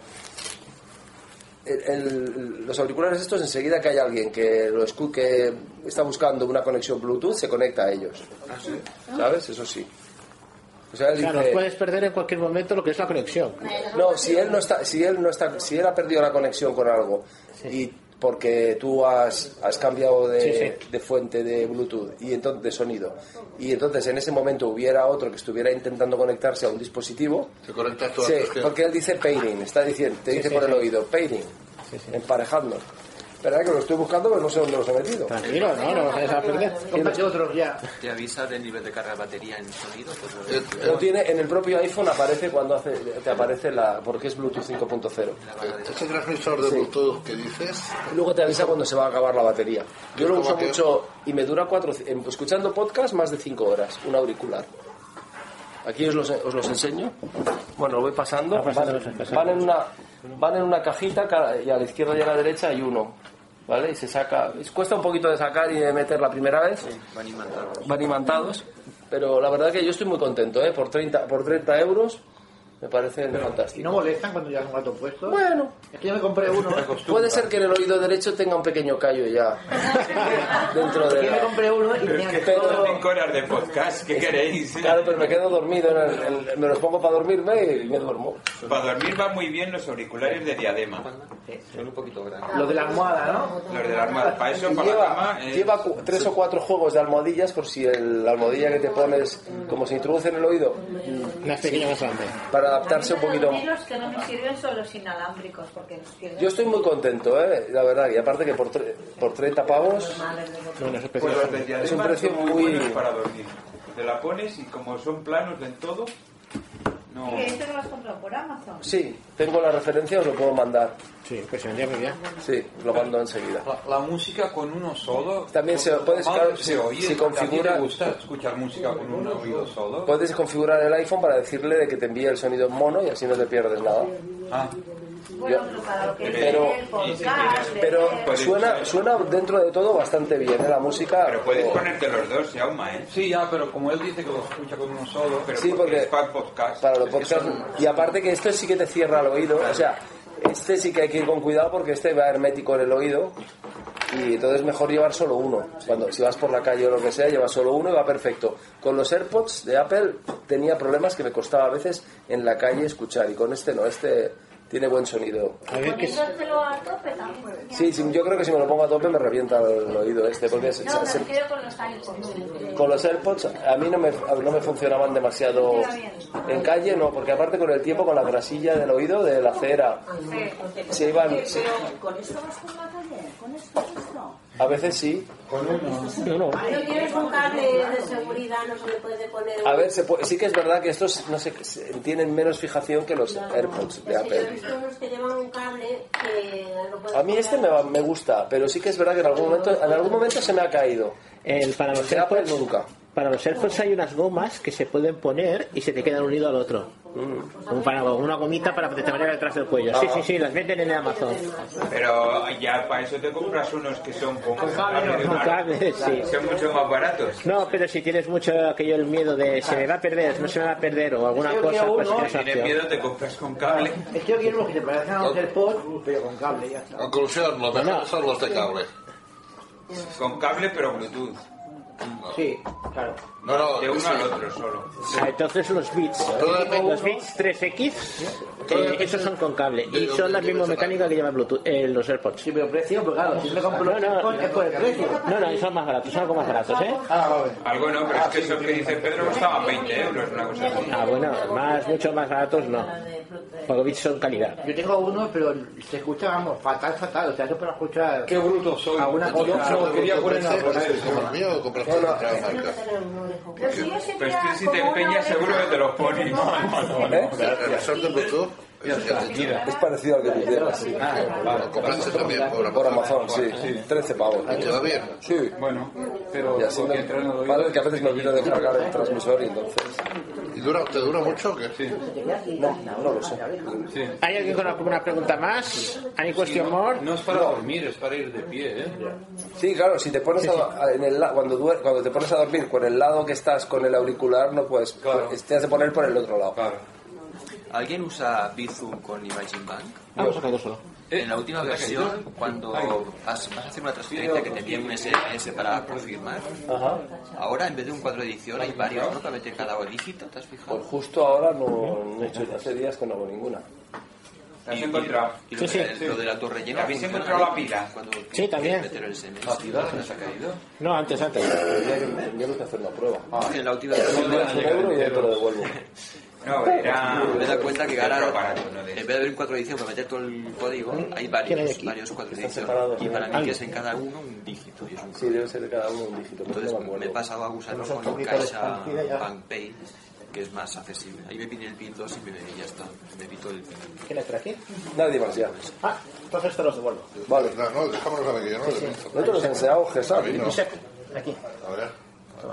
Speaker 19: El- el- los auriculares estos enseguida que hay alguien que lo escu- que está buscando una conexión Bluetooth se conecta a ellos, ¿sabes? Eso sí. O sea, él
Speaker 4: O sea, los
Speaker 19: dice-
Speaker 4: puedes perder en cualquier momento lo que es la conexión.
Speaker 19: no, si él no está, si él no está, si él ha perdido la conexión con algo y porque tú has, has cambiado de,
Speaker 4: Sí,
Speaker 19: de fuente de Bluetooth y entonces de sonido y entonces en ese momento hubiera otro que estuviera intentando conectarse a un dispositivo,
Speaker 14: Te conectas tú
Speaker 19: sí,
Speaker 14: antes que...
Speaker 19: porque él dice pairing, está diciendo, te
Speaker 14: Sí,
Speaker 19: dice
Speaker 14: sí,
Speaker 19: por el
Speaker 14: sí.
Speaker 19: oído pairing, emparejando. Verdad que lo estoy buscando, pero no sé dónde los he metido.
Speaker 4: Tranquilo, no, no lo vas a perder. Cómprate
Speaker 7: otro ya.
Speaker 15: ¿Te avisa del nivel de carga de batería en sonido? Pues no.
Speaker 19: Lo Eh, tiene en el propio iPhone aparece cuando hace, te aparece la porque es Bluetooth 5.0.
Speaker 14: Este transmisor de
Speaker 19: Sí.
Speaker 14: Bluetooth que dices...
Speaker 19: Y Luego te avisa cuando se va a acabar la batería. Yo lo
Speaker 14: ¿Cómo
Speaker 19: uso
Speaker 14: que?
Speaker 19: mucho y me dura cuatro, en- escuchando podcast más de cinco horas, un auricular. Aquí os los, os los enseño. Bueno, lo voy pasando. Van, van en una, van en una cajita cada- y a la izquierda y a la derecha hay uno. ¿Vale? Y se saca. es- Cuesta un poquito de sacar y de meter la primera vez.
Speaker 15: Van imantados.
Speaker 19: Van imantados. Pero la verdad que yo estoy muy contento, ¿eh? Por 30, por 30 euros me parecen fantásticos.
Speaker 7: ¿Y no molestan cuando llevas un gato puesto?
Speaker 19: Bueno.
Speaker 7: Es que yo me compré uno.
Speaker 19: Puede ser que en el oído derecho tenga un pequeño callo ya. dentro de.
Speaker 7: Yo me compré uno y tenía
Speaker 10: que son cinco horas de podcast, ¿qué queréis?
Speaker 19: Claro, pero me quedo dormido. en el- en el- me los pongo para dormirme y me duermo.
Speaker 10: Para dormir van muy bien los auriculares de diadema.
Speaker 15: Son un poquito grandes.
Speaker 19: Los de la almohada,
Speaker 10: ¿no? Los de la almohada. Para eso, para la
Speaker 19: Lleva,
Speaker 10: cama, eh,
Speaker 19: lleva cu- tres o cuatro juegos de almohadillas por si el- la almohadilla que te pones, como se introduce en el oído,
Speaker 4: Una pequeña más grande.
Speaker 19: para adaptarse un poquito.
Speaker 20: los que no me sirven son los inalámbricos, porque los pierdo.
Speaker 19: Yo estoy muy contento, ¿eh? la verdad, y aparte que por, tre- por 30 pavos
Speaker 10: Pues los de diadema
Speaker 19: es un precio
Speaker 10: son muy,
Speaker 19: muy...
Speaker 10: buenos para dormir. Te la pones y como son planos en todo, no...
Speaker 20: ¿Y esto este no lo has comprado por Amazon?
Speaker 19: Sí, tengo la referencia, os lo puedo mandar.
Speaker 4: Sí, pues en día me voy.
Speaker 19: Sí, lo mando enseguida.
Speaker 9: La música con uno solo.
Speaker 19: También se puedes,
Speaker 9: mal
Speaker 19: claro,
Speaker 9: se
Speaker 19: si-
Speaker 9: oye.
Speaker 19: si
Speaker 9: ¿A ti
Speaker 19: configura-
Speaker 9: te gusta escuchar música con un oído solo?
Speaker 19: Puedes configurar el iPhone para decirle de que te envíe el sonido en mono y así no te pierdes nada.
Speaker 9: Ah.
Speaker 20: Bueno, pero para lo que
Speaker 19: Pero-
Speaker 20: leer, podcast,
Speaker 19: Pero
Speaker 20: leer.
Speaker 19: suena, suena dentro de todo bastante bien ¿eh? la música.
Speaker 9: Pero puedes ponerte los dos, ya, Uma, ¿eh? Sí, ya, pero como él dice que lo escucha con uno solo, pero
Speaker 19: Sí, porque-
Speaker 9: es para podcast.
Speaker 19: Para los
Speaker 9: Es que
Speaker 19: podcasts.
Speaker 9: son-
Speaker 19: Y aparte que esto sí que te cierra el oído. O sea, este sí que hay que ir con cuidado porque este va hermético en el oído. Y entonces mejor llevar solo uno. Cuando, si vas por la calle o lo que sea, llevas solo uno y va perfecto. Con los AirPods de Apple tenía problemas que me costaba a veces en la calle escuchar. Y con este no, este tiene buen sonido.
Speaker 20: Poniéndotelo a tope también.
Speaker 19: Sí, sí, yo creo que si me lo pongo a tope me revienta el oído este. Porque se-
Speaker 20: No, me
Speaker 19: se-
Speaker 20: refiero con los iPhones.
Speaker 19: con los AirPods a mí no me, no me funcionaban demasiado en calle, no, porque aparte con el tiempo, con la grasilla del oído, de la cera, se iban... se-
Speaker 13: ¿Con esto vas por la calle? ¿Con esto vas no?
Speaker 19: a veces sí. No, no.
Speaker 18: No tienes un cable de seguridad, no se le puede poner un...
Speaker 19: A ver, se puede- sí que es verdad que estos no sé, se- tienen menos fijación que los AirPods de
Speaker 18: Es que yo he
Speaker 19: Apple.
Speaker 18: visto unos que llevan un cable que no puedes
Speaker 19: A mí este me, va- me gusta, pero sí que es verdad que en algún momento, en algún momento se me ha caído.
Speaker 4: El, para los
Speaker 19: De Apple
Speaker 4: AirPods,
Speaker 19: nunca.
Speaker 4: Para los AirPods hay unas gomas que se pueden poner y se te quedan unido al otro.
Speaker 19: Mm.
Speaker 4: Como para una gomita para que te manera detrás del cuello. Sí,
Speaker 10: Ah.
Speaker 4: sí, sí, las venden en Amazon.
Speaker 10: Pero ya para eso te compras unos que son con, cable de
Speaker 4: Con
Speaker 10: mar.
Speaker 4: cable, sí.
Speaker 10: Son mucho más baratos.
Speaker 4: No, pero si tienes mucho aquello el miedo de se me va a perder, no se me va a perder o alguna cosa, pues tienes
Speaker 10: si tienes
Speaker 4: opción.
Speaker 10: miedo te compras con cable.
Speaker 7: Es que yo quiero unos que se parecen a los AirPods, pero con cable, ya está.
Speaker 14: Conclusión, lo mejor son los de cable.
Speaker 10: Con cable, pero Bluetooth.
Speaker 4: Sí, claro.
Speaker 10: No, no, de uno
Speaker 4: sí.
Speaker 10: al otro solo.
Speaker 4: Ah, entonces los bits,
Speaker 10: Todo depende-
Speaker 4: los bits 3X,
Speaker 10: Todo
Speaker 4: eh,
Speaker 10: depende
Speaker 4: esos son con cable
Speaker 7: de
Speaker 4: y
Speaker 7: dónde
Speaker 4: son la
Speaker 7: quieres
Speaker 4: misma
Speaker 7: sacar.
Speaker 4: mecánica que lleva Bluetooth, eh, los AirPods. Sí,
Speaker 7: pero precio, pues claro, si me compro
Speaker 4: no,
Speaker 7: los
Speaker 4: no,
Speaker 7: AirPods es por el precio.
Speaker 4: pues, No, ¿eh? no, son más baratos, son algo más baratos, ¿eh?
Speaker 10: Algo no, pero es que eso que dice Pedro costaba 20 euros, una cosa así.
Speaker 4: Ah, bueno, más, mucho más baratos no. Porque bits son calidad.
Speaker 7: Yo tengo uno, pero se escucha, vamos, fatal, fatal. O sea, eso para escuchar. Qué
Speaker 9: bruto soy.
Speaker 7: Alguna
Speaker 14: Yo
Speaker 7: cosa.
Speaker 14: no lo quería
Speaker 7: que
Speaker 14: poner nada,
Speaker 7: puede
Speaker 14: por
Speaker 7: ser.
Speaker 14: eso. ¿Como el mío o compraste
Speaker 7: No, no.
Speaker 14: otra marca?
Speaker 20: Los suyos sería
Speaker 9: Pero es que si te
Speaker 20: como una
Speaker 9: empeñas
Speaker 20: oreja.
Speaker 9: seguro que te los ponen. No, no, no, no.
Speaker 14: ¿Eh? El revisor de Bluetooth es el que tira.
Speaker 19: Es parecido al que tú llevas, sí.
Speaker 9: Ah,
Speaker 14: Lo compraste Ah, también por Ah,
Speaker 19: Por Amazon, sí. 13 pavos.
Speaker 17: Ah,
Speaker 14: ¿Y te va bien?
Speaker 19: Sí.
Speaker 9: Bueno, pero...
Speaker 19: Y así me... Vale, que a veces me olvido de cargar el transmisor y entonces...
Speaker 14: ¿Y dura, te dura mucho o qué?
Speaker 19: No, no lo sé.
Speaker 4: ¿Hay alguien con alguna pregunta más? ¿Hay cuestión more?
Speaker 9: No es para dormir, es para ir de pie, ¿eh?
Speaker 19: Sí, claro, si te pones a- a- en el la- cuando, duer- cuando te pones a dormir con el lado que estás con el auricular, no puedes. pues, Te has de poner por el otro lado.
Speaker 15: ¿Alguien usa Bizum con Imagine Bank?
Speaker 4: Vamos a caer pues solo.
Speaker 15: En la última versión, cuando has- vas a hacer una transferencia que te pide un SMS para confirmar, ahora en vez de un cuadro de edición hay varios, ¿no? Para meter cada dígito, ¿te has fijado?
Speaker 19: Pues justo ahora no, no he hecho, hace días que no hago ninguna.
Speaker 10: ¿Has encontrado?
Speaker 15: Y lo, de, lo de la torre llena.
Speaker 10: ¿Habéis
Speaker 15: funciona
Speaker 10: encontrado la
Speaker 15: bien
Speaker 10: pila?
Speaker 15: Cuando quieres
Speaker 4: Sí, también.
Speaker 15: meter el SMS.
Speaker 4: ¿La pila?
Speaker 15: ¿Nos ha caído?
Speaker 4: No, antes, antes.
Speaker 15: este,
Speaker 19: Tengo que hacer una prueba.
Speaker 10: Ah.
Speaker 15: En la última versión
Speaker 19: Me das un euro y ya te lo devuelvo.
Speaker 10: No, era...
Speaker 15: Me da cuenta que ahora,
Speaker 10: otro aparato, no de-
Speaker 15: en vez de haber un cuadro de edición para meter todo el código, hay
Speaker 19: ¿Quién hay
Speaker 15: varios,
Speaker 19: aquí?
Speaker 15: varios cuadros de
Speaker 19: Están
Speaker 15: edición.
Speaker 19: separados,
Speaker 15: Y
Speaker 19: ¿no?
Speaker 15: para mí
Speaker 19: Alguien.
Speaker 15: que es en cada uno un dígito. Y es un
Speaker 19: Sí, debe ser cada uno un dígito. pero
Speaker 15: Entonces
Speaker 19: no me acuerdo.
Speaker 15: me he pasado a usarlo
Speaker 19: Tenemos
Speaker 15: con
Speaker 19: el tópico de
Speaker 15: Caixa
Speaker 19: partida ya.
Speaker 15: PanPay, que es más accesible. Ahí me pide el PIN 2 y me, ya está. Me evito el PIN.
Speaker 4: ¿Quién está aquí?
Speaker 19: Nadie más ya.
Speaker 4: Ah, entonces te los devuelvo.
Speaker 19: Vale.
Speaker 14: No, no, dejámonos a ver que yo no lo he visto.
Speaker 19: No te los he enseñado, Gesar.
Speaker 4: Aquí.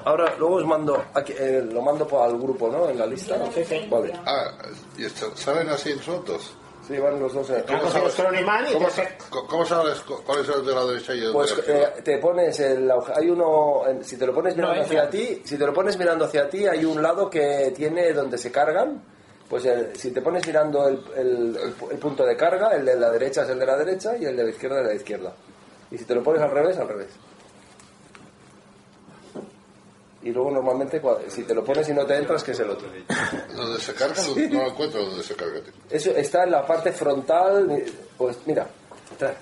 Speaker 19: Ahora, luego os mando, aquí, eh, lo mando pa- al grupo, ¿no? En la lista. Vale.
Speaker 14: Ah, ¿y esto, ¿saben así en soltos?
Speaker 19: Sí, van los dos. eh.
Speaker 14: ¿Cómo sabes, ¿cómo, sa- co- cómo sabes cu- cuál es el de la derecha y el
Speaker 19: Pues
Speaker 14: de la izquierda?
Speaker 19: eh, te pones el auge- hay uno en- si te lo pones
Speaker 14: No,
Speaker 19: mirando
Speaker 14: es
Speaker 19: hacia
Speaker 14: grande.
Speaker 19: ti, si te lo pones mirando hacia ti hay un lado que tiene donde se cargan, pues el- si te pones mirando el, el- el pu- el punto de carga, el de la derecha es el de la derecha y el de la izquierda el de la izquierda. Y si te lo pones al revés, al revés. Y luego normalmente cua- si te lo pones y no te entras que es el otro.
Speaker 14: ¿Donde se carga?
Speaker 19: Sí.
Speaker 14: No lo encuentro donde se carga. tío.
Speaker 19: Eso está en la parte frontal, pues mira, tra-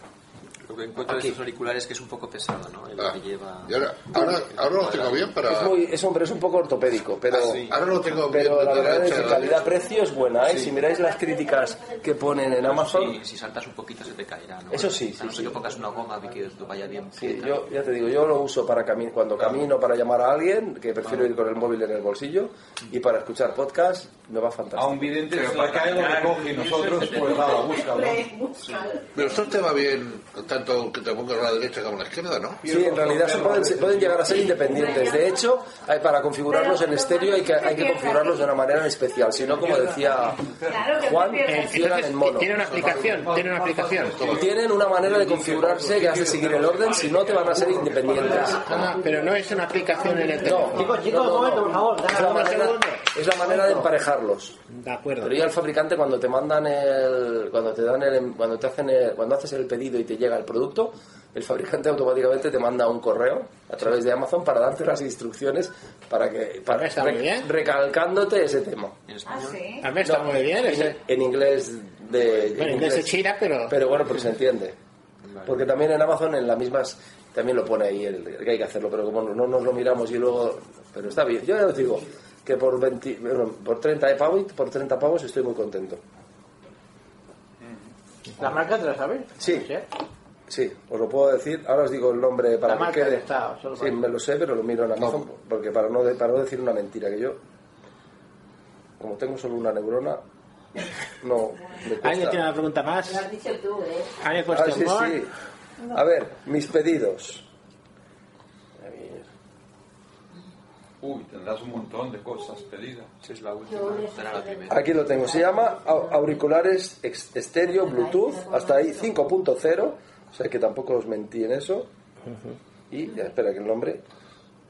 Speaker 15: Lo que encuentro de esos auriculares que es un poco pesado, ¿no? El que lleva...
Speaker 14: Ah. Y ahora, ahora, ahora lo tengo bien para...
Speaker 19: Es, muy, es, hombre, es un poco ortopédico, pero,
Speaker 14: Ah, sí. Ahora lo tengo bien
Speaker 19: pero
Speaker 14: de
Speaker 19: la verdad
Speaker 14: derecha
Speaker 19: es que
Speaker 14: a derecha.
Speaker 19: calidad-precio es buena. ¿eh?
Speaker 15: Sí.
Speaker 19: Si miráis las críticas que ponen en Amazon,
Speaker 15: Sí, si saltas un poquito se te caerá, ¿no?
Speaker 19: Eso sí,
Speaker 15: A no ser que pongas una goma y que no vaya bien.
Speaker 19: sí, yo ya te digo, yo lo uso para cami- cuando camino para llamar a alguien, que prefiero
Speaker 14: Ah.
Speaker 19: ir con el móvil en el bolsillo, y para escuchar podcast me va fantástico.
Speaker 9: A un vidente se le cae, lo recoge y nosotros pues nada, búscalo.
Speaker 14: Pero esto te va bien, tanto que te pongas a la derecha como a la izquierda, ¿no?
Speaker 19: Sí, en realidad se pueden, se pueden llegar a ser independientes. De hecho, hay- para configurarlos en estéreo hay que, hay que configurarlos de una manera especial. Si no, como decía Juan, funcionan en mono.
Speaker 4: Tiene una aplicación, tiene una aplicación.
Speaker 19: Y tienen una manera de configurarse que hace seguir el orden, si no te van a ser independientes.
Speaker 4: Ah, pero no es una aplicación en el teléfono.
Speaker 7: Chicos, chicos, un momento, por favor.
Speaker 19: Es la
Speaker 7: Un
Speaker 19: manera,
Speaker 7: segundo.
Speaker 19: es la manera de emparejarlos.
Speaker 4: De acuerdo.
Speaker 19: Pero ya el fabricante cuando te mandan el, cuando te dan el, em, cuando te hacen el- cuando haces el pedido y te llega el producto, el fabricante automáticamente te manda un correo a través de Amazon para darte las instrucciones para que para
Speaker 4: Está muy bien.
Speaker 19: recalcándote ese tema.
Speaker 20: Ah, sí.
Speaker 4: A ver, está muy bien.
Speaker 19: En,
Speaker 4: ese-
Speaker 19: en inglés de
Speaker 4: Bueno, en inglés se chira, pero...
Speaker 19: pero bueno, pero se entiende. Porque también en Amazon en las mismas también lo pone ahí el, que hay que hacerlo, pero como no nos lo miramos y luego pero está bien. Yo ya os digo que por 20, bueno, por 30 pavos, por 30 pavos estoy muy contento.
Speaker 7: ¿La marca te la sabes?
Speaker 19: Sí. Sí, os lo puedo decir. Ahora os digo el nombre para
Speaker 7: La
Speaker 19: que
Speaker 7: marca
Speaker 19: quede.
Speaker 7: que está, solo
Speaker 19: sí,
Speaker 7: para-
Speaker 19: me lo sé, pero lo miro en Amazon porque para no de- para no decir una mentira que yo como tengo solo una neurona no me cuesta.
Speaker 4: ¿Alguien tiene una pregunta más? este
Speaker 18: Lo has dicho tú, ¿eh?
Speaker 4: ¿Hay
Speaker 19: Ah, sí,
Speaker 4: cuestión more?
Speaker 19: sí. A ver, mis pedidos.
Speaker 9: Uy, tendrás un montón de cosas pedidas.
Speaker 15: es la última, será la primera.
Speaker 19: Aquí lo tengo. Se llama au- auriculares ex- estéreo, Bluetooth, hasta ahí 5.0. O sea que tampoco os mentí en eso. Y ya, espera que el nombre.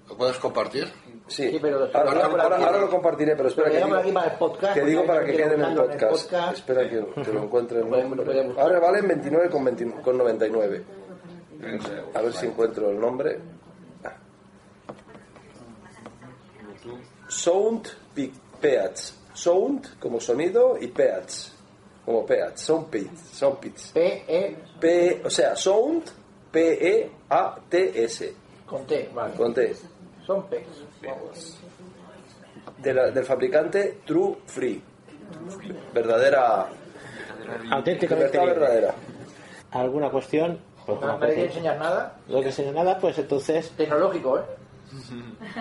Speaker 14: ¿Lo puedes compartir?
Speaker 19: Sí,
Speaker 7: pero
Speaker 19: ahora, ahora- ahora lo compartiré, pero espera
Speaker 7: Pero
Speaker 19: que
Speaker 7: llega por
Speaker 19: digo,
Speaker 7: aquí para el podcast.
Speaker 19: que digo
Speaker 7: porque
Speaker 19: para
Speaker 7: hay
Speaker 19: que
Speaker 7: gente
Speaker 19: quede en el
Speaker 7: buscando
Speaker 19: podcast. Espera que, que lo encuentre el nombre. Ahora valen 29,99. A ver si encuentro el nombre. Sound Pi- Peats. Sound como sonido y Peats como Peats. Sound Pits. Sound Pits. P E P o sea Sound P E A T S.
Speaker 7: Con T, vale.
Speaker 19: Con T.
Speaker 7: Son P.
Speaker 19: De la- del fabricante True Free. Verdadera.
Speaker 4: Auténticamente
Speaker 19: Libertad
Speaker 4: libre.
Speaker 19: verdadera.
Speaker 4: ¿Alguna cuestión? Pues
Speaker 7: No
Speaker 4: no,
Speaker 7: me
Speaker 4: pues,
Speaker 7: quería enseñar nada.
Speaker 4: no te enseño nada, pues entonces
Speaker 7: Tecnológico, ¿eh?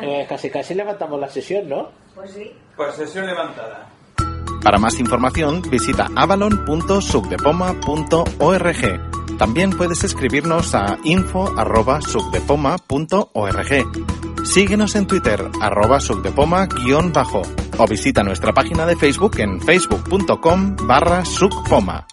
Speaker 4: eh, casi casi levantamos la sesión, ¿no?
Speaker 21: Pues sí.
Speaker 10: Pues sesión levantada.
Speaker 5: Para más información, visita avalon.subdepoma.org. También puedes escribirnos a info.subdepoma.org. Síguenos en Twitter, arroba subdepoma-bajo, o visita nuestra página de Facebook en facebook.com barra subpoma.